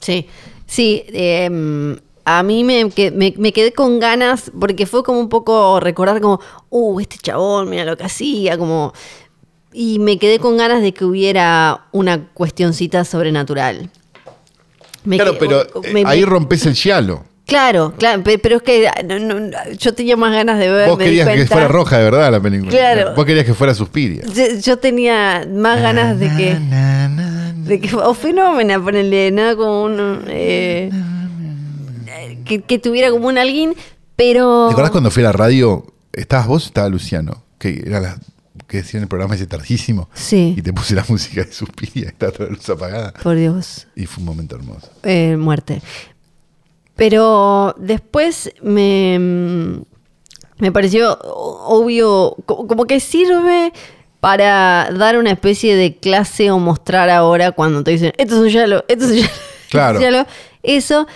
Sí, sí. eh, a mí me, que- me- me quedé con ganas porque fue como un poco recordar como, uh, este chabón, mira lo que hacía, como... Y me quedé con ganas de que hubiera una cuestioncita sobrenatural. Me
claro,
que-
pero
o-
eh,
me-
ahí
me-
rompes el giallo.
Claro, claro, pe- pero es que ah, no, no, yo tenía más ganas de ver.
Vos
(laughs) me di
querías que
cuenta.
fuera roja de verdad la película.
Claro.
Vos querías que fuera Suspiria.
Yo, yo tenía más ganas de que.
Na, na, na.
De que, o fenómeno, ponerle nada como un. eh, que, que tuviera como un alguien, pero.
¿Te acordás cuando fui a la radio? ¿Estabas vos o estaba Luciano? Que era la, que decía en el programa ese tardísimo.
Sí.
Y te puse la (laughs) música de Suspiria, estaba toda la luz apagada.
Por Dios.
Y fue un momento hermoso.
eh, muerte. Pero después me, mm, me pareció o- obvio, co- como que sirve para dar una especie de clase o mostrar ahora cuando te dicen, esto es un yalo, esto es un yalo, (laughs) esto es un
Claro.
yalo", eso,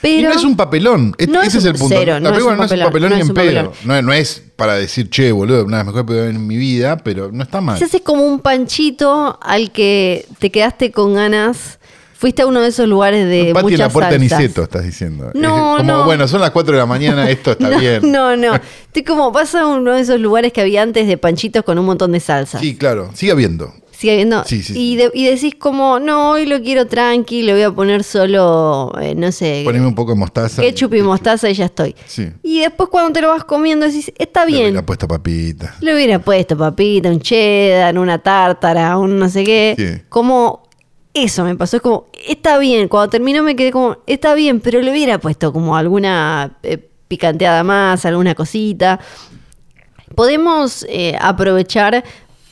y
pero...
no es un papelón. Este-
No
ese
es
es,
un-
el punto.
cero,
la
no es
película
un
no es un
papelón,
papelón
no
ni
es
en
un
pedo.
papelón.
No, no es para decir, che, boludo, una de las mejores películas en mi vida, pero no está mal.
Se hace como un panchito al que te quedaste con ganas, fuiste a uno de esos lugares de...
Un patio en la
muchas
puerta de
salsas. (laughs)
Niceto, estás diciendo.
No,
Es como,
no.
bueno, son las 4 de la mañana, esto está
(laughs) no,
bien.
No, no. Estoy como, pasa uno de esos lugares que había antes de panchitos con un montón de salsa.
Sí, claro, sigue habiendo.
Sigue habiendo.
Sí, sí,
y,
sí.
de- y decís como, no, hoy lo quiero tranqui, le voy a poner solo, eh, no sé,
Poneme un poco de mostaza.
ketchup y mostaza y ya estoy.
Sí.
Y después cuando te lo vas comiendo decís, está bien.
La puesta papita.
Le hubiera puesto papita, un cheddar, una tártara, un no sé qué.
Sí.
Como eso me pasó. Es como, está bien. Cuando terminó me quedé como, está bien, pero le hubiera puesto como alguna eh, picanteada más, alguna cosita. Podemos eh, aprovechar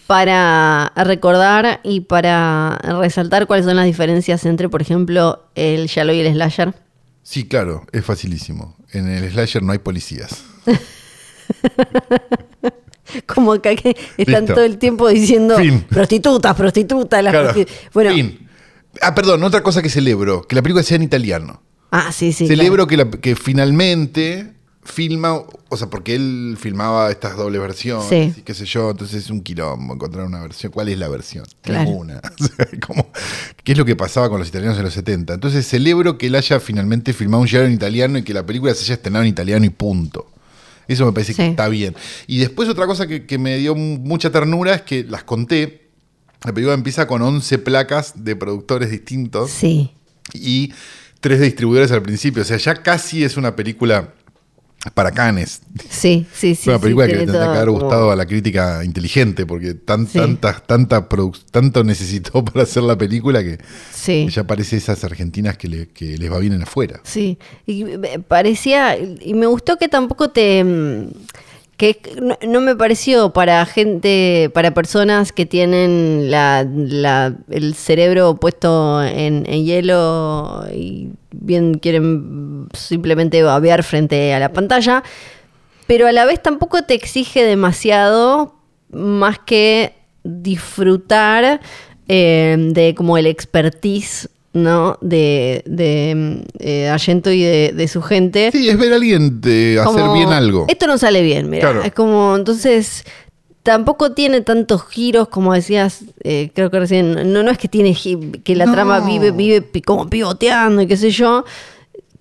para recordar y para resaltar cuáles son las diferencias entre, por ejemplo, el Yalo y el Slasher.
Sí, claro, es facilísimo. En el slasher no hay policías.
Como acá que están
Listo.
todo el tiempo diciendo
Fin.
prostitutas, prostitutas, las
Claro.
prosti- Bueno,
Fin. Ah, perdón, otra cosa que celebro, que la película sea en italiano.
Ah, sí, sí.
celebro que, la- que finalmente filma, o sea, porque él filmaba estas dobles versiones,
Sí.
y qué sé yo, entonces es un quilombo encontrar una versión. ¿Cuál es la versión?
Claro.
Ninguna. (laughs) O sea, como, ¿Qué es lo que pasaba con los italianos en los 70? Entonces celebro que él haya finalmente filmado un giallo en italiano y que la película se haya estrenado en italiano y punto. Eso me parece
Sí.
que está bien. Y después otra cosa que, que me dio mucha ternura es que las conté. La película empieza con 11 placas de productores distintos
Sí.
y tres distribuidores al principio. O sea, ya casi es una película para canes.
Sí, sí, sí.
es una
sí,
película que
tiene
le tendría
todo
que haber
como-
gustado a la crítica inteligente, porque tan,
Sí.
tantas, tanta produc- tanto necesitó (laughs) para hacer la película que
Sí.
ya parece esas argentinas que, le- que les va bien en afuera.
Sí. Y me parecía. Y me gustó que tampoco te. mm, Que no, no me pareció para gente, para personas que tienen la, la- el cerebro puesto en, en hielo y bien quieren simplemente babear frente a la pantalla, pero a la vez tampoco te exige demasiado más que disfrutar eh, de como el expertise ¿no? de, de eh, Argento y de, de su gente.
Sí, es ver a alguien de hacer
Como,
bien algo.
Esto no sale bien, mira.
Claro.
Es como, entonces, tampoco tiene tantos giros como decías, eh, creo que recién, no, no es que tiene gi- que la
No.
trama vive, vive pi- como pivoteando y qué sé yo.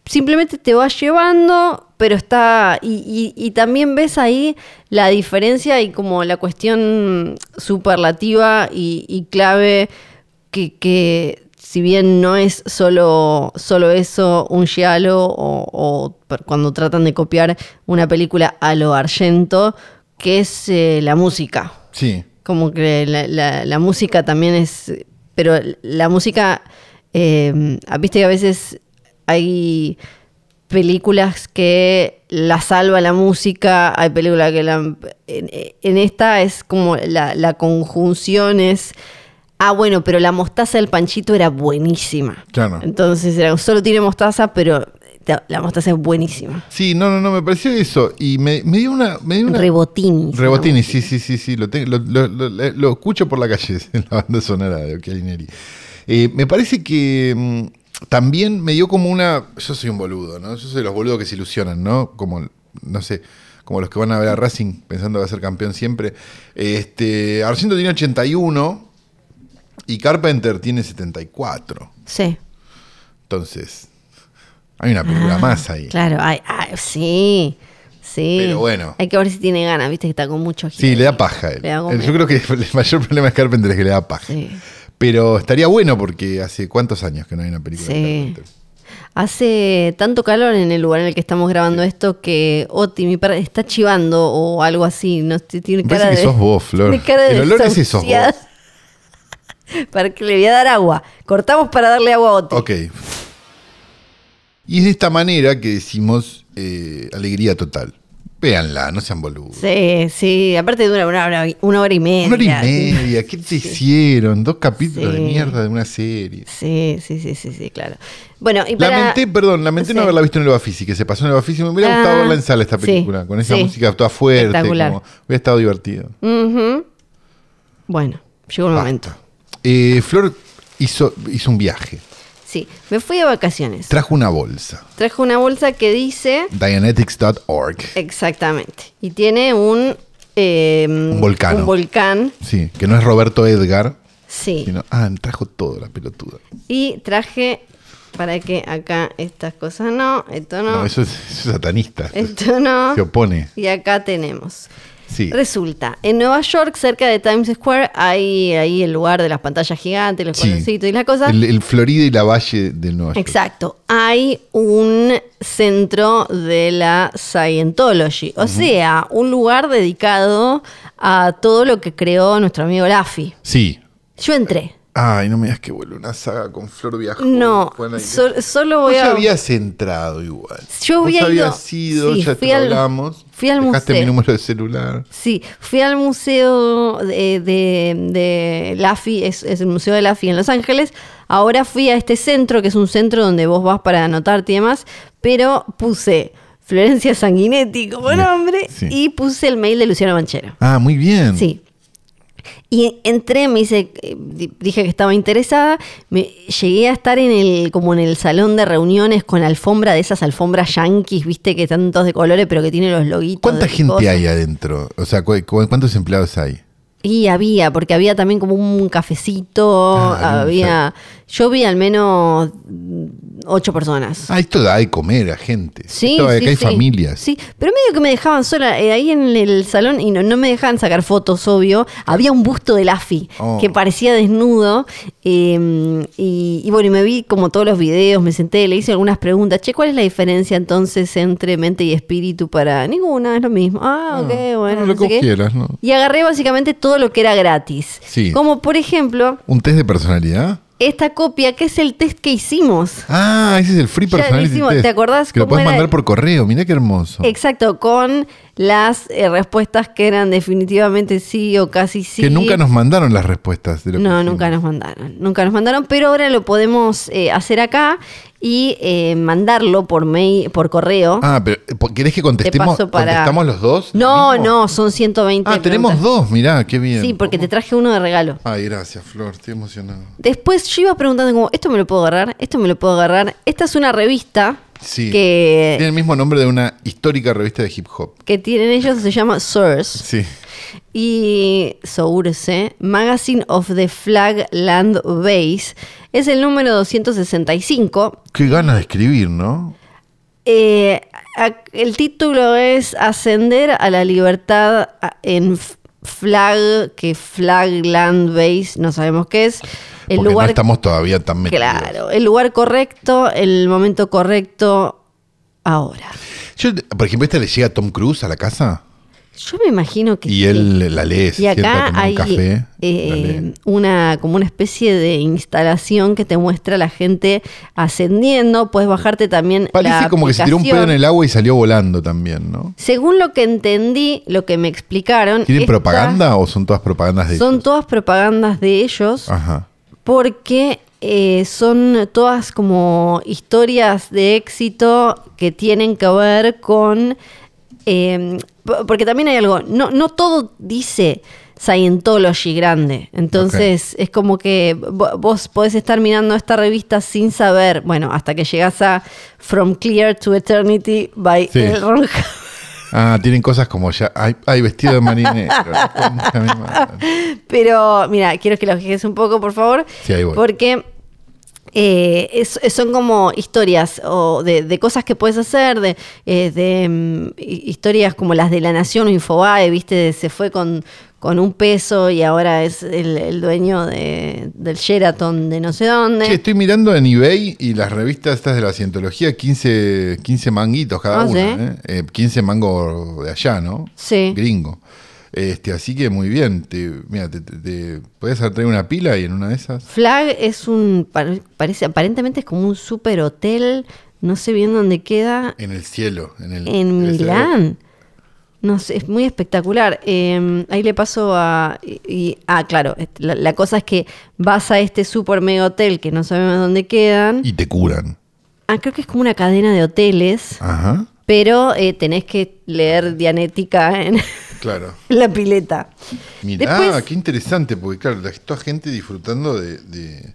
Simplemente te va llevando, pero está. Y, y- y también ves ahí la diferencia y como la cuestión superlativa y, y clave que, que si bien no es solo, solo eso, un giallo o, o per- cuando tratan de copiar una película a lo argento, que es eh, la música.
Sí.
Como que la, la- la música también es... Pero la música... eh, Viste que a veces hay películas que la salva la música, hay películas que la... En, en esta es como la, la conjunción es... Ah, bueno, pero la mostaza del panchito era buenísima.
Claro.
Entonces era, solo tiene mostaza, pero la- la mostaza es buenísima.
Sí, no, no, no, me pareció eso. Y me, me dio una. Me dio una
Rebotini. se
Rebotini, sí, sí, sí, sí, lo, te- lo- lo- lo- lo escucho por la calle, (laughs) en la banda sonora de Occhialineri. Eh, me parece que mm, también me dio como una... Yo soy un boludo, ¿no? Yo soy los boludos que se ilusionan, ¿no? Como, no sé, como los que van a ver a Racing pensando que va a ser campeón siempre. Este, Argento tiene 81 y Carpenter tiene 74.
llama. Sí.
Entonces, hay una película
Ah,
más ahí.
Claro, ay, ay, sí. Sí.
Pero bueno.
Hay que ver si tiene ganas, viste que está con mucho giro.
Sí, le da paja a él.
Le da como
Yo creo que el mayor problema de Carpenter es que le da paja.
Sí.
Pero estaría bueno porque hace cuántos años que no hay una película de
Sí.
Carpenter.
Hace tanto calor en el lugar en el que estamos grabando esto que Oti, mi perra, está chivando o algo así. No sé, tiene
Me
cara
parece que
de.
sos vos, Flor.
tiene cara de
el olor ese sos vos.
desahuciada. (laughs) para que le voy a dar agua. Cortamos para darle agua a Oti.
Ok. Y es de esta manera que decimos eh, alegría total. Véanla, no sean boludos.
Sí, sí. Aparte dura una hora, una hora y media.
Una hora y
(laughs)
media, ¿qué te hicieron? Dos capítulos
Sí.
de mierda de una serie.
Sí, sí, sí, sí, sí, claro. Bueno, y para...
Lamenté, perdón, lamenté
Sí.
no haberla visto en el Bafisi, que se pasó en el Bafisi. Me hubiera
Ah,
gustado verla en sala esta
sí,
película, con esa
sí.
música toda fuerte. Como,
Espectacular.
hubiera estado divertido.
Ujú. Bueno, llegó el momento.
Basta. Eh, Flor hizo, hizo un viaje,
Sí, me fui de vacaciones.
trajo una bolsa,
Trajo una bolsa que dice...
Dianetics.org.
Exactamente. Y tiene un... eh, un
volcán.
volcán,
Sí, que no es Roberto Edgar,
sí.
sino. Ah, trajo todo la pelotuda.
Y traje... Para que acá estas cosas no, esto no,
No, eso es, eso es satanista.
esto no.
Se opone.
Y acá tenemos.
Sí.
Resulta, en Nueva York, cerca de Times Square, hay ahí el lugar de las pantallas gigantes, los
Sí.
colorcitos y las cosas.
El, el Florida y la Valle del Nueva York.
Exacto. Hay un centro de la Scientology, o sea, un lugar dedicado a todo lo que creó nuestro amigo Laffy.
Sí.
Yo entré.
Ay, no me digas que vuelve una saga con Flor Viajó.
No,
Juan Aire.
sol- solo
Vos
voy
ya
a...
habías entrado igual.
Yo
Vos
había ido-
habías ido,
sí,
ya
fui
te
al-
hablamos.
fui al
Dejaste
museo.
mi número de celular.
Sí, fui al museo de, de, de Laffy, es, es el museo de Laffy en Los Ángeles. Ahora fui a este centro, que es un centro donde vos vas para anotarte y demás, pero puse Florencia Sanguinetti como
Sí,
nombre
sí.
y puse el mail de Luciano Manchero.
Ah, muy bien.
Sí. Y entré, me hice, eh, di- dije que estaba interesada, me, llegué a estar en el, como en el salón de reuniones con alfombra de esas alfombras yanquis, viste, que están todos de colores, pero que tienen los loguitos.
¿Cuánta
de
gente
cosas.
hay adentro? O sea, cu- cu- ¿cuántos empleados hay?
Y había, porque había también como un cafecito,
Ah, había
había... Yo vi al menos mm, ocho personas.
Ah, esto da de comer a gente.
Sí,
Esto da de
sí,
acá hay
sí.
familias.
Sí, pero medio que me dejaban sola eh, ahí en el salón y no, no me dejaban sacar fotos, obvio. Había un busto de Laffy
Oh.
que parecía desnudo. eh, y, y bueno, y me vi como todos los videos, me senté, le hice algunas preguntas. Che, ¿cuál es la diferencia entonces entre mente y espíritu para ninguna? Es lo mismo. Ah, ok, bueno. No,
no, lo
sé
que
qué.
quieras, ¿no?
Y agarré básicamente todo lo que era gratis.
Sí.
Como por ejemplo,
¿Un test de personalidad?
esta copia que es el test que hicimos.
Ah, ese es el free
Ya lo
personality
hicimos,
test.
¿te acordás
Que lo
cómo
puedes
era
mandar
el-
por correo, mirá qué hermoso.
Exacto, con las eh, respuestas que eran definitivamente sí o casi sí.
Que nunca nos mandaron las respuestas. De lo que
No,
hicimos.
nunca nos mandaron. Nunca nos mandaron, pero ahora lo podemos eh, hacer acá y eh, mandarlo por mail, por correo.
Ah, pero eh, po- ¿querés que contestemos?
paso para-
¿Contestamos los dos?
no,
¿Lo mismo?
no, son 120.
Ah, tenemos
preguntas.
dos, mirá, qué bien.
Sí, porque te traje uno de regalo.
Ay, gracias, Flor, estoy emocionado.
Después yo iba preguntando como, esto me lo puedo agarrar, esto me lo puedo agarrar. Esta es una revista
Sí. Tiene
que,
el mismo nombre de una histórica revista de hip hop.
que tienen ellos, se llama Source.
Sí.
Y Source, Magazine of the Flag Land Base, es el número 265.
Qué ganas de escribir, ¿no?
Eh, a- el título es Ascender a la libertad a- en F- Flag, que Flag Land Base, no sabemos qué es. El
porque
lugar
no estamos todavía tan metidos.
claro, el lugar correcto, el momento correcto ahora.
Yo, por ejemplo, esta le llega a Tom Cruise a la casa
Yo me imagino que
y
sí.
él la lee, se
Y acá
sienta con un
hay
café.
eh,
la lee.
una como una especie de instalación que te muestra la gente ascendiendo. Puedes bajarte también.
Parece
la
como que se tiró un pedo en
aplicación.
el agua y salió volando también, ¿no?
Según lo que entendí, lo que me explicaron.
¿Tienen
esta-
propaganda o son todas propagandas de
Son
ellos?
todas propagandas de ellos
Ajá.
porque eh, son todas como historias de éxito que tienen que ver con... eh, po- porque también hay algo, no, no todo dice Scientology grande, entonces es como que vo- vos podés estar mirando esta revista sin saber, bueno, hasta que llegás a From Clear to Eternity by
Sí.
L. Ron Hubbard.
Ah, tienen cosas como ya. Ay, ay, vestido de marinero. la concha
(laughs)
de mi madre.
Pero mira, quiero que lo fijes un poco, por favor.
Sí, ahí voy.
Porque eh, es- son como historias o de, de cosas que puedes hacer, de, eh, de, mm, hi- historias como las de La Nación o Infobae, ¿viste? De se fue con, con un peso y ahora es el, el dueño de- del Sheraton de no sé dónde.
Che, estoy mirando en eBay y las revistas estas de la cientología, 15, 15 manguitos cada
Ah,
uno.
¿sí?
¿eh? Eh, 15 mangos de allá, ¿no?
Sí.
Gringo. Este, así que muy bien. Te, mira, te, te- te- podés traer una pila y en una de esas.
Flag es un, par- parece, aparentemente es como un super hotel, no sé bien dónde queda,
En el cielo. En, el,
en
el cielo.
Milán. No sé, es muy espectacular. Eh, ahí le paso a... y- y- ah, claro, este, la, la cosa es que vas a este super mega hotel que no sabemos dónde quedan.
Y te curan.
Ah, creo que es como una cadena de hoteles,
Ajá.
pero eh, tenés que leer Dianética en (laughs)
Claro.
la pileta.
Mirá,
Después-
qué interesante, porque claro, la- toda gente disfrutando de, de,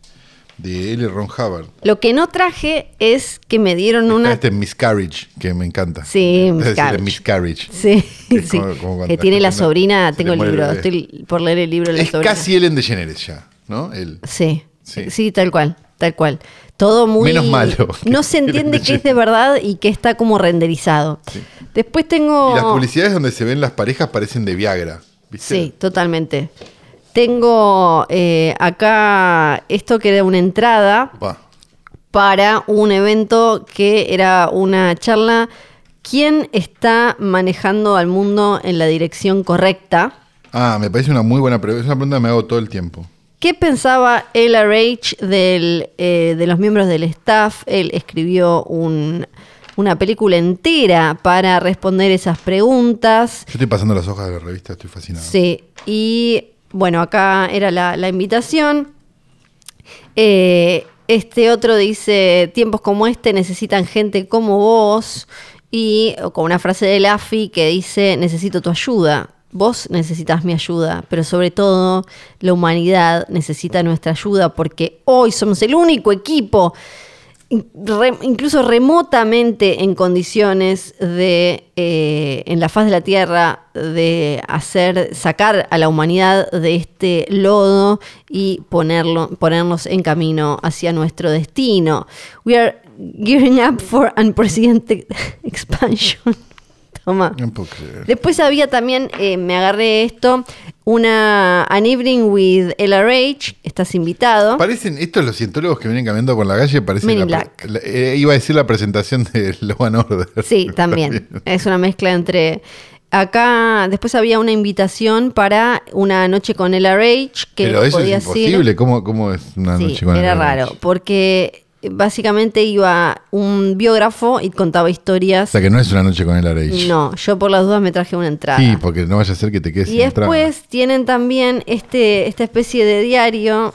de L. Ron Hubbard.
Lo que no traje es que me dieron
Está
una...
Este miscarriage, que me encanta. Este
Sí,
Es decir,
miscarriage.
miscarriage.
(laughs) Sí,
Que es
sí.
como- como cuando
que
la
tiene la
gente
sobrina,
se
tengo
le
el
muere el
libro,
bebé.
estoy por leer el libro de la
Es
sobrina.
casi Ellen DeGeneres ya, ¿no? El,
Sí.
Sí.
sí, tal cual, tal cual. Todo muy...
Menos malo.
(laughs) No se entiende que es de verdad y que está como renderizado. Después tengo...
Y las publicidades donde se ven las parejas parecen de Viagra. ¿viste?
Sí, totalmente. Tengo eh, acá esto que era una entrada
Va.
para un evento que era una charla. ¿Quién está manejando al mundo en la dirección correcta?
Ah, me parece una muy buena pregunta. Es una pregunta que me hago todo el tiempo.
¿Qué pensaba LRH del, eh, de los miembros del staff? Él escribió un- una película entera para responder esas preguntas.
Yo estoy pasando las hojas de la revista, estoy fascinado.
Sí, y bueno, acá era la, la invitación. Eh, este otro dice, tiempos como este necesitan gente como vos. Y con una frase de Laffy que dice, necesito tu ayuda. Vos necesitas mi ayuda, pero sobre todo la humanidad necesita nuestra ayuda porque hoy somos el único equipo in- re- incluso remotamente en condiciones de, eh, en la faz de la Tierra, de hacer, sacar a la humanidad de este lodo y ponerlo, ponernos en camino hacia nuestro destino. We are gearing up for unprecedented (laughs) expansion. (laughs) Toma.
No puedo creer.
Después había también, eh, me agarré esto, una An Evening with LRH, estás invitado.
Parecen, estos los cientólogos que vienen caminando por la calle, parecen...
Men
la
in
pre-
Black.
la- eh, iba a decir la presentación de (laughs) Law and Order. (laughs)
Sí, también. Es una mezcla entre. Acá después había una invitación para una noche con LRH que
Pero eso
podía
es imposible. ¿Cómo, ¿Cómo es una
Sí,
noche con
era
Ellen DeGeneres?
raro, porque básicamente iba un biógrafo y contaba
O
historias.
sea que no es una noche con el Arage.
No, yo por las dudas me traje una entrada.
Sí, porque no vaya a ser que te quedes
Y
sin entrada.
después tienen también este esta especie de diario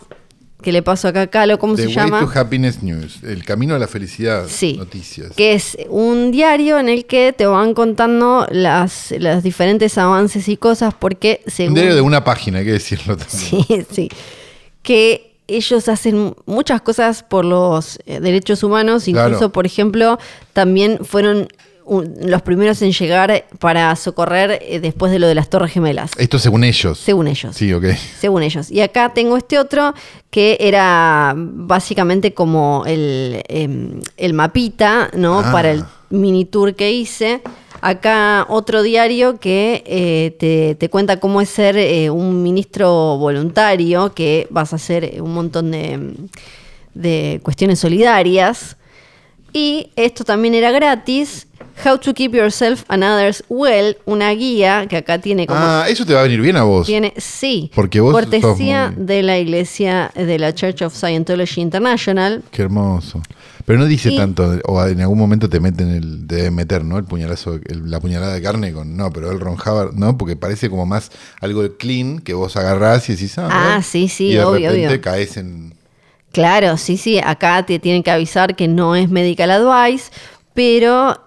que le paso acá a Calo, ¿cómo
The
se
Way
llama?
to Happiness News, el camino a la felicidad.
Sí.
Noticias.
Que es un diario en el que te van contando las, las diferentes avances y cosas porque según...
Un
(laughs)
diario de una página, hay que decirlo también.
Sí, sí. Que ellos hacen muchas cosas por los eh, derechos humanos,
Claro.
incluso, por ejemplo, también fueron un- los primeros en llegar para socorrer eh, después de lo de las Torres Gemelas,
Esto según ellos.
según ellos.
Sí,
(laughs)
ok.
Según ellos. Y acá tengo este otro que era básicamente como el, em, el mapita, ¿no?
Ah.
Para el mini tour que hice. Acá otro diario que eh, te, te cuenta cómo es ser eh, un ministro voluntario, que vas a hacer un montón de, de cuestiones solidarias. Y esto también era gratis. How to keep yourself and others well, una guía que acá tiene como
Ah, eso te va a venir bien a vos.
tiene, sí.
Porque vos
cortesía
sos muy-
de la iglesia de la Church of Scientology International.
Qué hermoso. Pero no dice
Y-
tanto, o en algún momento te meten el, te deben meter, ¿no? El puñalazo, el- la puñalada de carne con, no, pero el Ron Hubbard, no, porque parece como más algo de clean que vos agarrás y decís, ah,
Ah,
mirá.
sí, sí,
y de
obvio,
repente
obvio.
caes en,
Claro, sí, sí, acá te tienen que avisar que no es medical advice, pero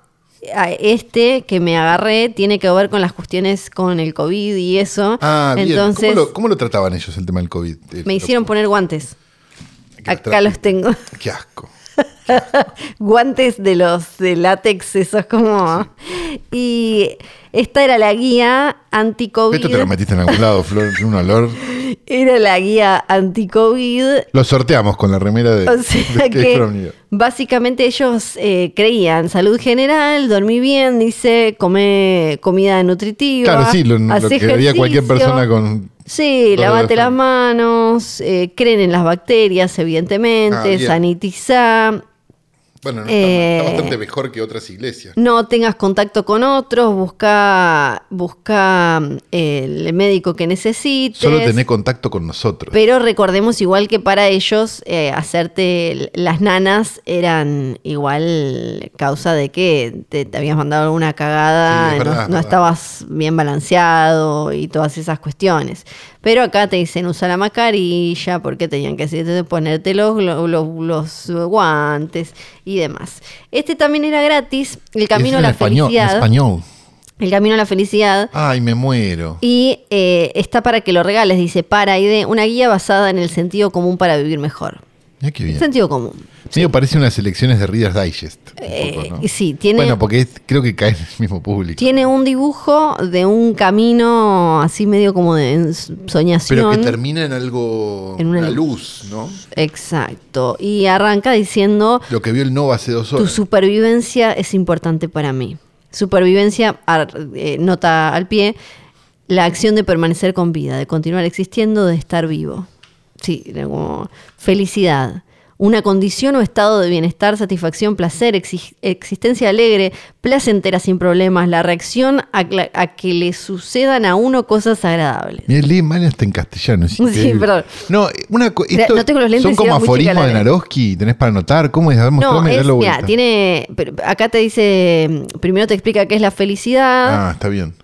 a este que me agarré tiene que ver con las cuestiones con el COVID y eso.
ah, bien.
Entonces
¿Cómo, lo, cómo lo trataban ellos el tema del COVID? Eh,
me
lo-
hicieron poner guantes.
que
Acá los tengo. (laughs)
Qué asco.
guantes de los de látex, esos como. Y esta era la guía anti-COVID.
Esto te lo metiste en algún lado, Flor, tiene un olor.
Era la guía anti-COVID
Lo sorteamos con la remera (laughs) de,
(laughs) O sea
de
que
From New.
básicamente ellos eh, creían salud general, dormí bien, dice, come comida nutritiva.
Claro, sí, lo, lo
hacé
que haría cualquier
ejercicio.
persona con.
Sí,
Todo
lavate
eso.
las manos, eh, creen en las bacterias,
Ah,
evidentemente,
bien.
sanitiza,
Bueno, no,
Eh,
está bastante mejor que otras iglesias.
no tengas contacto con otros, busca, busca mm, el médico que necesites.
Solo tener contacto con nosotros.
Pero recordemos igual que para ellos eh, hacerte l- las nanas eran igual causa de que te, te habías mandado alguna cagada,
Sí, es
no-
verdad, es
no,
verdad.
estabas bien balanceado y todas esas cuestiones. Pero acá te dicen usa la mascarilla porque tenían que decirte ponerte los, glo- los- los guantes y demás. Este también era gratis, el camino
Es
a la
en español, en
felicidad.
español.
El camino a la felicidad.
Ay, me muero.
Y eh, está para que lo regales, dice para y de una guía basada en el sentido común para vivir mejor.
Mira qué bien.
Sentido común.
Medio parece unas elecciones de Reader's Digest. un
Eh,
poco, ¿no?
sí, tiene-
Bueno, porque es- creo que cae en el mismo público.
Tiene un dibujo de un camino así medio como de ensoñación.
Pero que termina en algo.
En
En
una
una luz, ¿no?
Exacto. Y arranca diciendo
Lo que vio el Nova hace dos
tu
horas.
supervivencia es importante para mí. Supervivencia, ar- eh, nota al pie, la acción de permanecer con vida, de continuar existiendo, de estar vivo. Sí, era como felicidad. Una condición o estado de bienestar, satisfacción, placer, exi- existencia alegre, placentera sin problemas, la reacción a, cla- a que le sucedan a uno cosas agradables.
Mira, lee mal hasta en castellano. es
Sí,
increíble.
perdón.
No, eh, una co-
Mira,
esto
no tengo los lentes y
Son como
era muy chica la
aforismos de
nena.
Naroski. Tenés para anotar. ¿Cómo es? A ver,
No,
mostrame,
es,
dale
mirá,
vuelta.
tiene, pero acá te dice, mm, primero te explica qué es la felicidad,
Ah, está bien.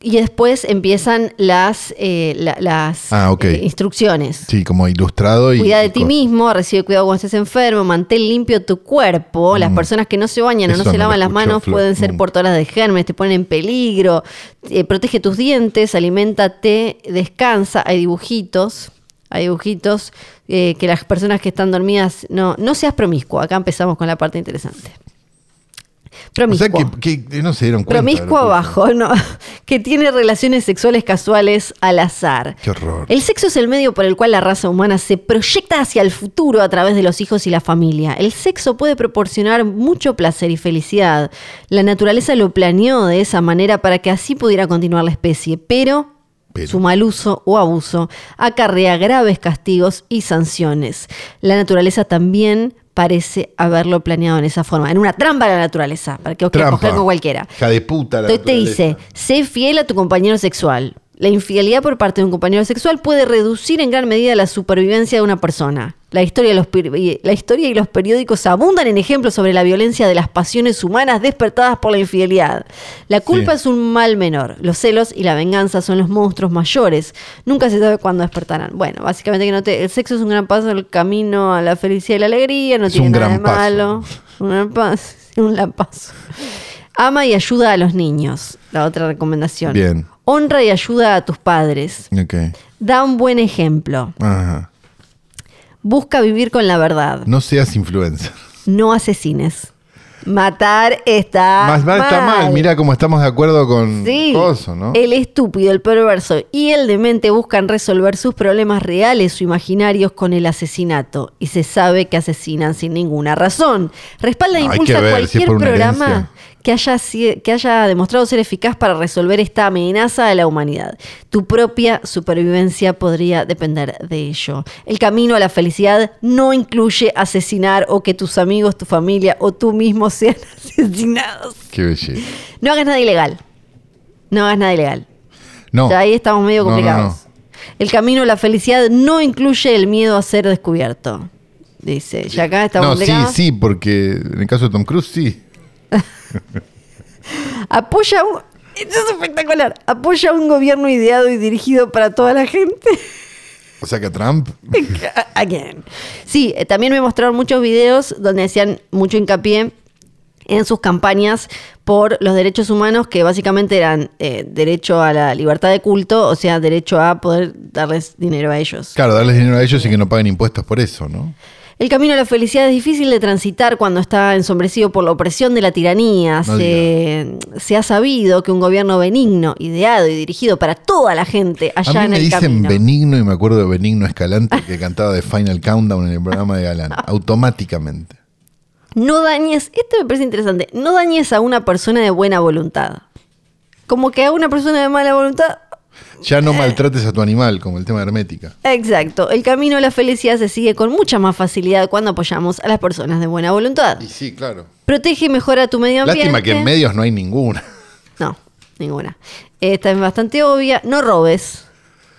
Y después empiezan las, eh, la- las
Ah, ok.
eh, instrucciones.
Sí, como ilustrado y.
Cuida de
y
ti
co-
mismo, recibe cuidado cuando estés enfermo, mantén limpio tu cuerpo. Las personas que no se bañan o no
Mm. Eso
se
no lo
lavan las
escucho,
manos
Flor, Mm.
pueden ser
nunca.
portadoras de gérmenes, te ponen en peligro. Eh, protege tus dientes, aliméntate, descansa. Hay dibujitos, hay dibujitos eh, que las personas que están dormidas no, no seas promiscuo. Acá empezamos con la parte interesante.
O
Promiscuo.
sea, que, que no se dieron cuenta. de lo
Promiscuo
que-
abajo, ¿no? (laughs) Que tiene relaciones sexuales casuales al azar.
Qué horror.
El sexo es el medio por el cual la raza humana se proyecta hacia el futuro a través de los hijos y la familia. El sexo puede proporcionar mucho placer y felicidad. La naturaleza lo planeó de esa manera para que así pudiera continuar la especie, pero...
Pero.
Su mal uso o abuso acarrea graves castigos y sanciones. La naturaleza también parece haberlo planeado en esa forma, en una trampa de la naturaleza, para que os quede
Trampa.
con cualquiera.
Hija de puta. la
Entonces te
naturaleza.
dice, sé fiel a tu compañero sexual. La infidelidad por parte de un compañero sexual puede reducir en gran medida la supervivencia de una persona. La historia, los per- y- la historia y los periódicos abundan en ejemplos sobre la violencia de las pasiones humanas despertadas por la infidelidad. La culpa
Sí.
es un mal menor. Los celos y la venganza son los monstruos mayores. Nunca se sabe cuándo despertarán. Bueno, básicamente que no te- el sexo es un gran paso el camino a la felicidad y la alegría. No
Es
tiene
un
nada
gran
de
paso.
malo. Un gran (laughs) paso. Un lampazo. Ama y ayuda a los niños. La otra recomendación.
Bien.
Honra y ayuda a tus padres.
Ok.
Da un buen ejemplo.
Ajá.
Busca vivir con la verdad.
No seas influencer.
No asesines. Matar está
Más mal está mal. Mira cómo estamos de acuerdo con
Ah, Sí.
Coso, ¿no?
El estúpido, el perverso y el demente buscan resolver sus problemas reales o imaginarios con el asesinato. Y se sabe que asesinan sin ninguna razón. Respalda e
No, hay
impulsa
que ver si es
cualquier
por una
programa
herencia.
que haya, si- que haya demostrado ser eficaz para resolver esta amenaza a la humanidad. Tu propia supervivencia podría depender de ello. El camino a la felicidad no incluye asesinar o que tus amigos, tu familia o tú mismo sean (laughs) asesinados.
Qué belleza.
No hagas nada ilegal. No hagas nada ilegal.
No.
O sea, ahí estamos medio
No, no,
complicados. El camino a la felicidad no incluye el miedo a ser descubierto. Dice, ya acá estamos
no, sí,
complicados.
sí, porque en el caso de Tom Cruise, sí.
Apoya un... Esto es espectacular. Apoya un gobierno ideado y dirigido para toda la gente.
O sea que a Trump.
(laughs) Again. Sí, eh, también me mostraron muchos videos donde hacían mucho hincapié en sus campañas por los derechos humanos, que básicamente eran eh, derecho a la libertad de culto, o sea, derecho a poder darles dinero a ellos.
Claro, darles dinero a ellos y que no paguen impuestos por eso, ¿no?
El camino a la felicidad es difícil de transitar cuando está ensombrecido por la opresión de la tiranía.
No
se, se ha sabido que un gobierno benigno, ideado y dirigido para toda la gente
A
allá
mí
en
me
el
dicen
camino.
Benigno y me acuerdo de Benigno Escalante que cantaba de Final Countdown en el programa de Galán, automáticamente.
No dañes, esto me parece interesante, no dañes a una persona de buena voluntad. Como que a una persona de mala voluntad
Ya no maltrates a tu animal, como el tema de Hermética.
Exacto, el camino a la felicidad se sigue con mucha más facilidad cuando apoyamos a las personas de buena voluntad.
Y sí, claro.
Protege y mejora tu medio ambiente.
Lástima que en medios no hay ninguna.
No, ninguna. Eh, Esta es bastante obvia. No robes.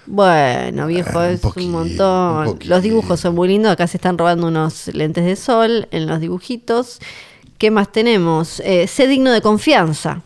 Bueno, viejo,
Ah, un
es
poquito,
un montón.
un poquito.
los dibujos son muy lindos. Acá se están robando unos lentes de sol en los dibujitos. ¿Qué más tenemos? Eh, sé digno de confianza.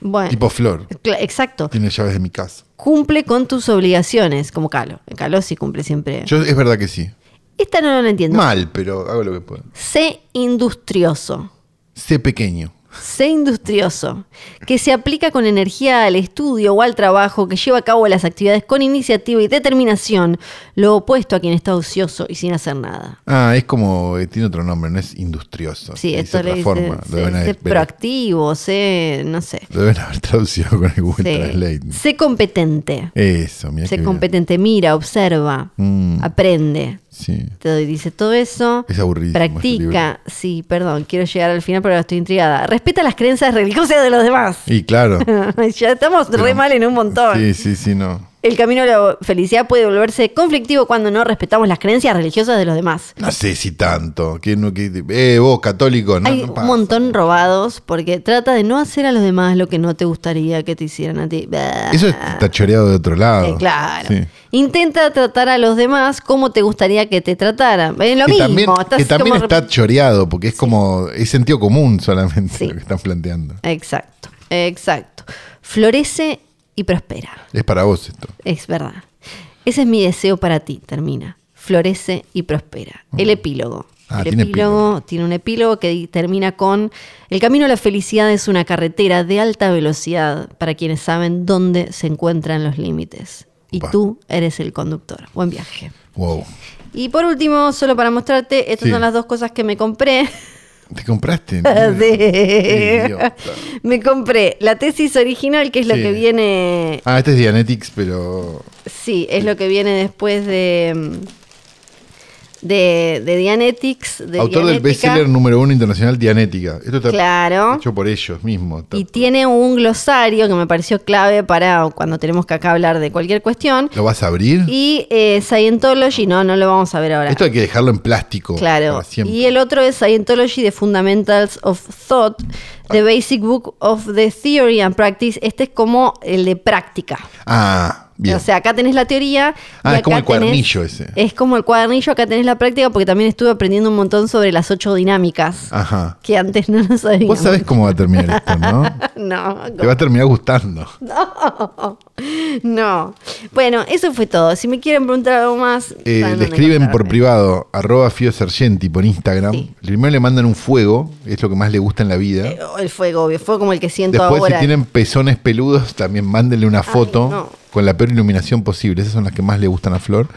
Bueno, (laughs)
Tipo Flor.
cla- exacto.
Tiene llaves de mi casa.
Cumple con tus obligaciones, como Calo. Calo sí cumple siempre.
Yo es verdad que sí.
Esta no la entiendo.
Mal, pero hago lo que puedo.
Sé industrioso.
Sé pequeño.
Sé industrioso. Que se aplica con energía al estudio o al trabajo, que lleva a cabo las actividades con iniciativa y determinación. Lo opuesto a quien está ocioso y sin hacer nada.
Ah, es como, eh, tiene otro nombre, no es industrioso.
Sí,
Es
esto
otra
le dice.
forma.
Sé,
Lo deben,
sé
haber,
proactivo, sé. no sé.
lo deben haber traducido con el Google
Sé,
Translate.
sé competente.
Eso, mira.
Sé competente. Mira, observa,
Mm.
aprende.
Sí.
Te doy- dice todo eso.
Es aburridísimo este
Practica. Sí, perdón, quiero llegar al final, pero ahora estoy intrigada. Respeta las creencias religiosas de los demás.
Y
(laughs)
claro.
ya estamos re
Pero-
mal en un montón.
Sí, sí, sí, no.
El camino a la felicidad puede volverse conflictivo cuando no respetamos las creencias religiosas de los demás.
No sé si tanto. Que no, que, eh, vos, católico, no,
Hay
no
un
pasa.
montón robados porque trata de no hacer a los demás lo que no te gustaría que te hicieran a ti. Bah.
Eso está choreado de otro lado.
Eh, claro.
Sí.
Intenta tratar a los demás como te gustaría que te trataran. Es lo
que
mismo.
también,
estás
que también
como-
está choreado, porque es como, es sentido común solamente
Sí.
lo que están planteando.
Exacto, exacto. Florece y prospera.
Es para vos esto.
Es verdad. Ese es mi deseo para ti, termina. Florece y prospera. El epílogo.
Ah,
el
tiene epílogo.
tiene un epílogo que di- termina con El camino a la felicidad es una carretera de alta velocidad para quienes saben dónde se encuentran los límites. Y
Upa.
tú eres el conductor. Buen viaje.
Wow.
Y por último, solo para mostrarte, estas
Sí.
son las dos cosas que me compré. (laughs)
¿Te compraste? Qué
Sí.
idiota.
(laughs) me compré la tesis original, que es lo
Sí.
que viene
Ah, este es Dianetics, pero.
Sí, es lo que viene después de. mm, De, de Dianetics. De
autor del
Dianética,
bestseller número uno internacional, Dianética. Esto está
Claro.
hecho por ellos mismos. Está-
Y tiene un glosario que me pareció clave para cuando tenemos que acá hablar de cualquier cuestión.
¿Lo vas a abrir?
Y eh, Scientology, no, no lo vamos a ver ahora.
Esto hay que dejarlo en plástico.
Claro.
para siempre.
Y el otro es Scientology, The Fundamentals of Thought,
Ah.
The Basic Book of the Theory and Practice. Este es como el de práctica.
Ah, bien.
O sea, acá tenés la teoría.
Ah,
y
es como
acá
el cuadernillo ese.
Es como el cuadernillo, acá tenés la práctica, porque también estuve aprendiendo un montón sobre las ocho dinámicas,
Ajá.
que antes no lo sabía.
Vos sabés cómo va a terminar esto, ¿no?
(laughs) No,
Te va a terminar gustando.
no, no. Bueno, eso fue todo. Si me quieren preguntar algo más, saben
Eh, le
dónde
escriben por
encontrarme.
privado, arroba Fio Sargenti por Instagram.
Sí.
Primero le mandan un fuego, es lo que más le gusta en la vida.
Eh, oh, El fuego, obvio, fue como el que siento
Después,
ahora.
si tienen pezones peludos, también mándenle una foto
no.
con la peor iluminación posible. Esas son las que más le gustan a Flor.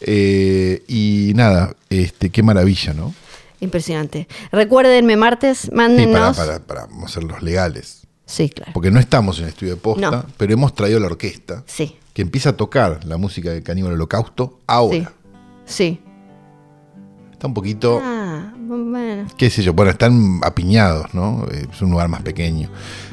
Eh, y nada, este, qué maravilla, ¿no?
Impresionante. Recuérdenme martes,
Sí, para,
mándennos.
para, para vamos a ser los legales.
Sí, claro.
Porque no estamos en estudio de posta,
No.
pero hemos traído la orquesta
Sí,
que empieza a tocar la música de Caníbal Holocausto ahora.
sí.
Está un poquito.
Ah, bueno.
qué sé yo, bueno, están apiñados, ¿no? Eh, Es un lugar más pequeño.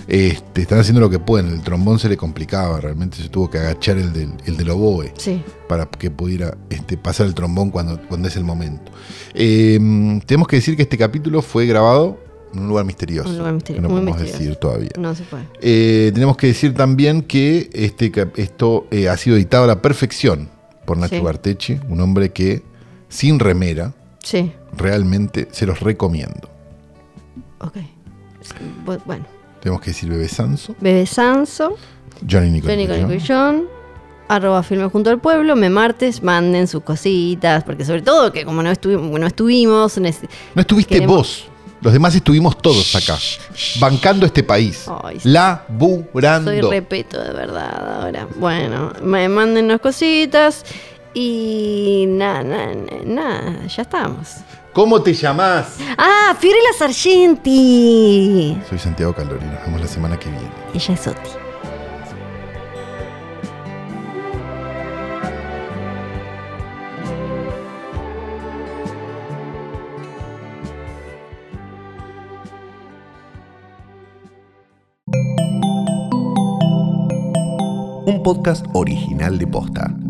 Este, están haciendo lo que pueden, el trombón se le complicaba, realmente se tuvo que agachar el del, el del oboe
Sí.
para que pudiera este, pasar el trombón cuando, cuando es el momento. Eh, tenemos que decir que este capítulo fue grabado en un lugar misterioso,
Un lugar misterio-
que no
muy
podemos
misterioso.
decir todavía.
No se puede.
Eh, tenemos que decir también que este, cap- esto eh, ha sido editado a la perfección por Nacho
Sí.
Barteche, un hombre que sin remera
Sí,
realmente se los recomiendo.
ok. Sí, bu- Bueno.
Tenemos que decir Bebe Sanso,
Bebe Sanso.
Johnny
Johnny
Nicolás.
Conicuillón, arroba filme junto al pueblo, me martes, manden sus cositas, porque sobre todo que como no, estuvimos no estuvimos, nece-
No estuviste
Queremos-
vos. Los demás estuvimos todos acá. Bancando este país.
Ay, sí.
laburando.
soy repeto de verdad ahora. Bueno, me mándennos cositas. Y nada, nada, nada, ya estamos.
¿Cómo te llamás?
Ah, Fiorella Sargenti.
Soy Santiago Calori, nos vemos la semana que viene.
Ella es Oti.
Un podcast original de Posta.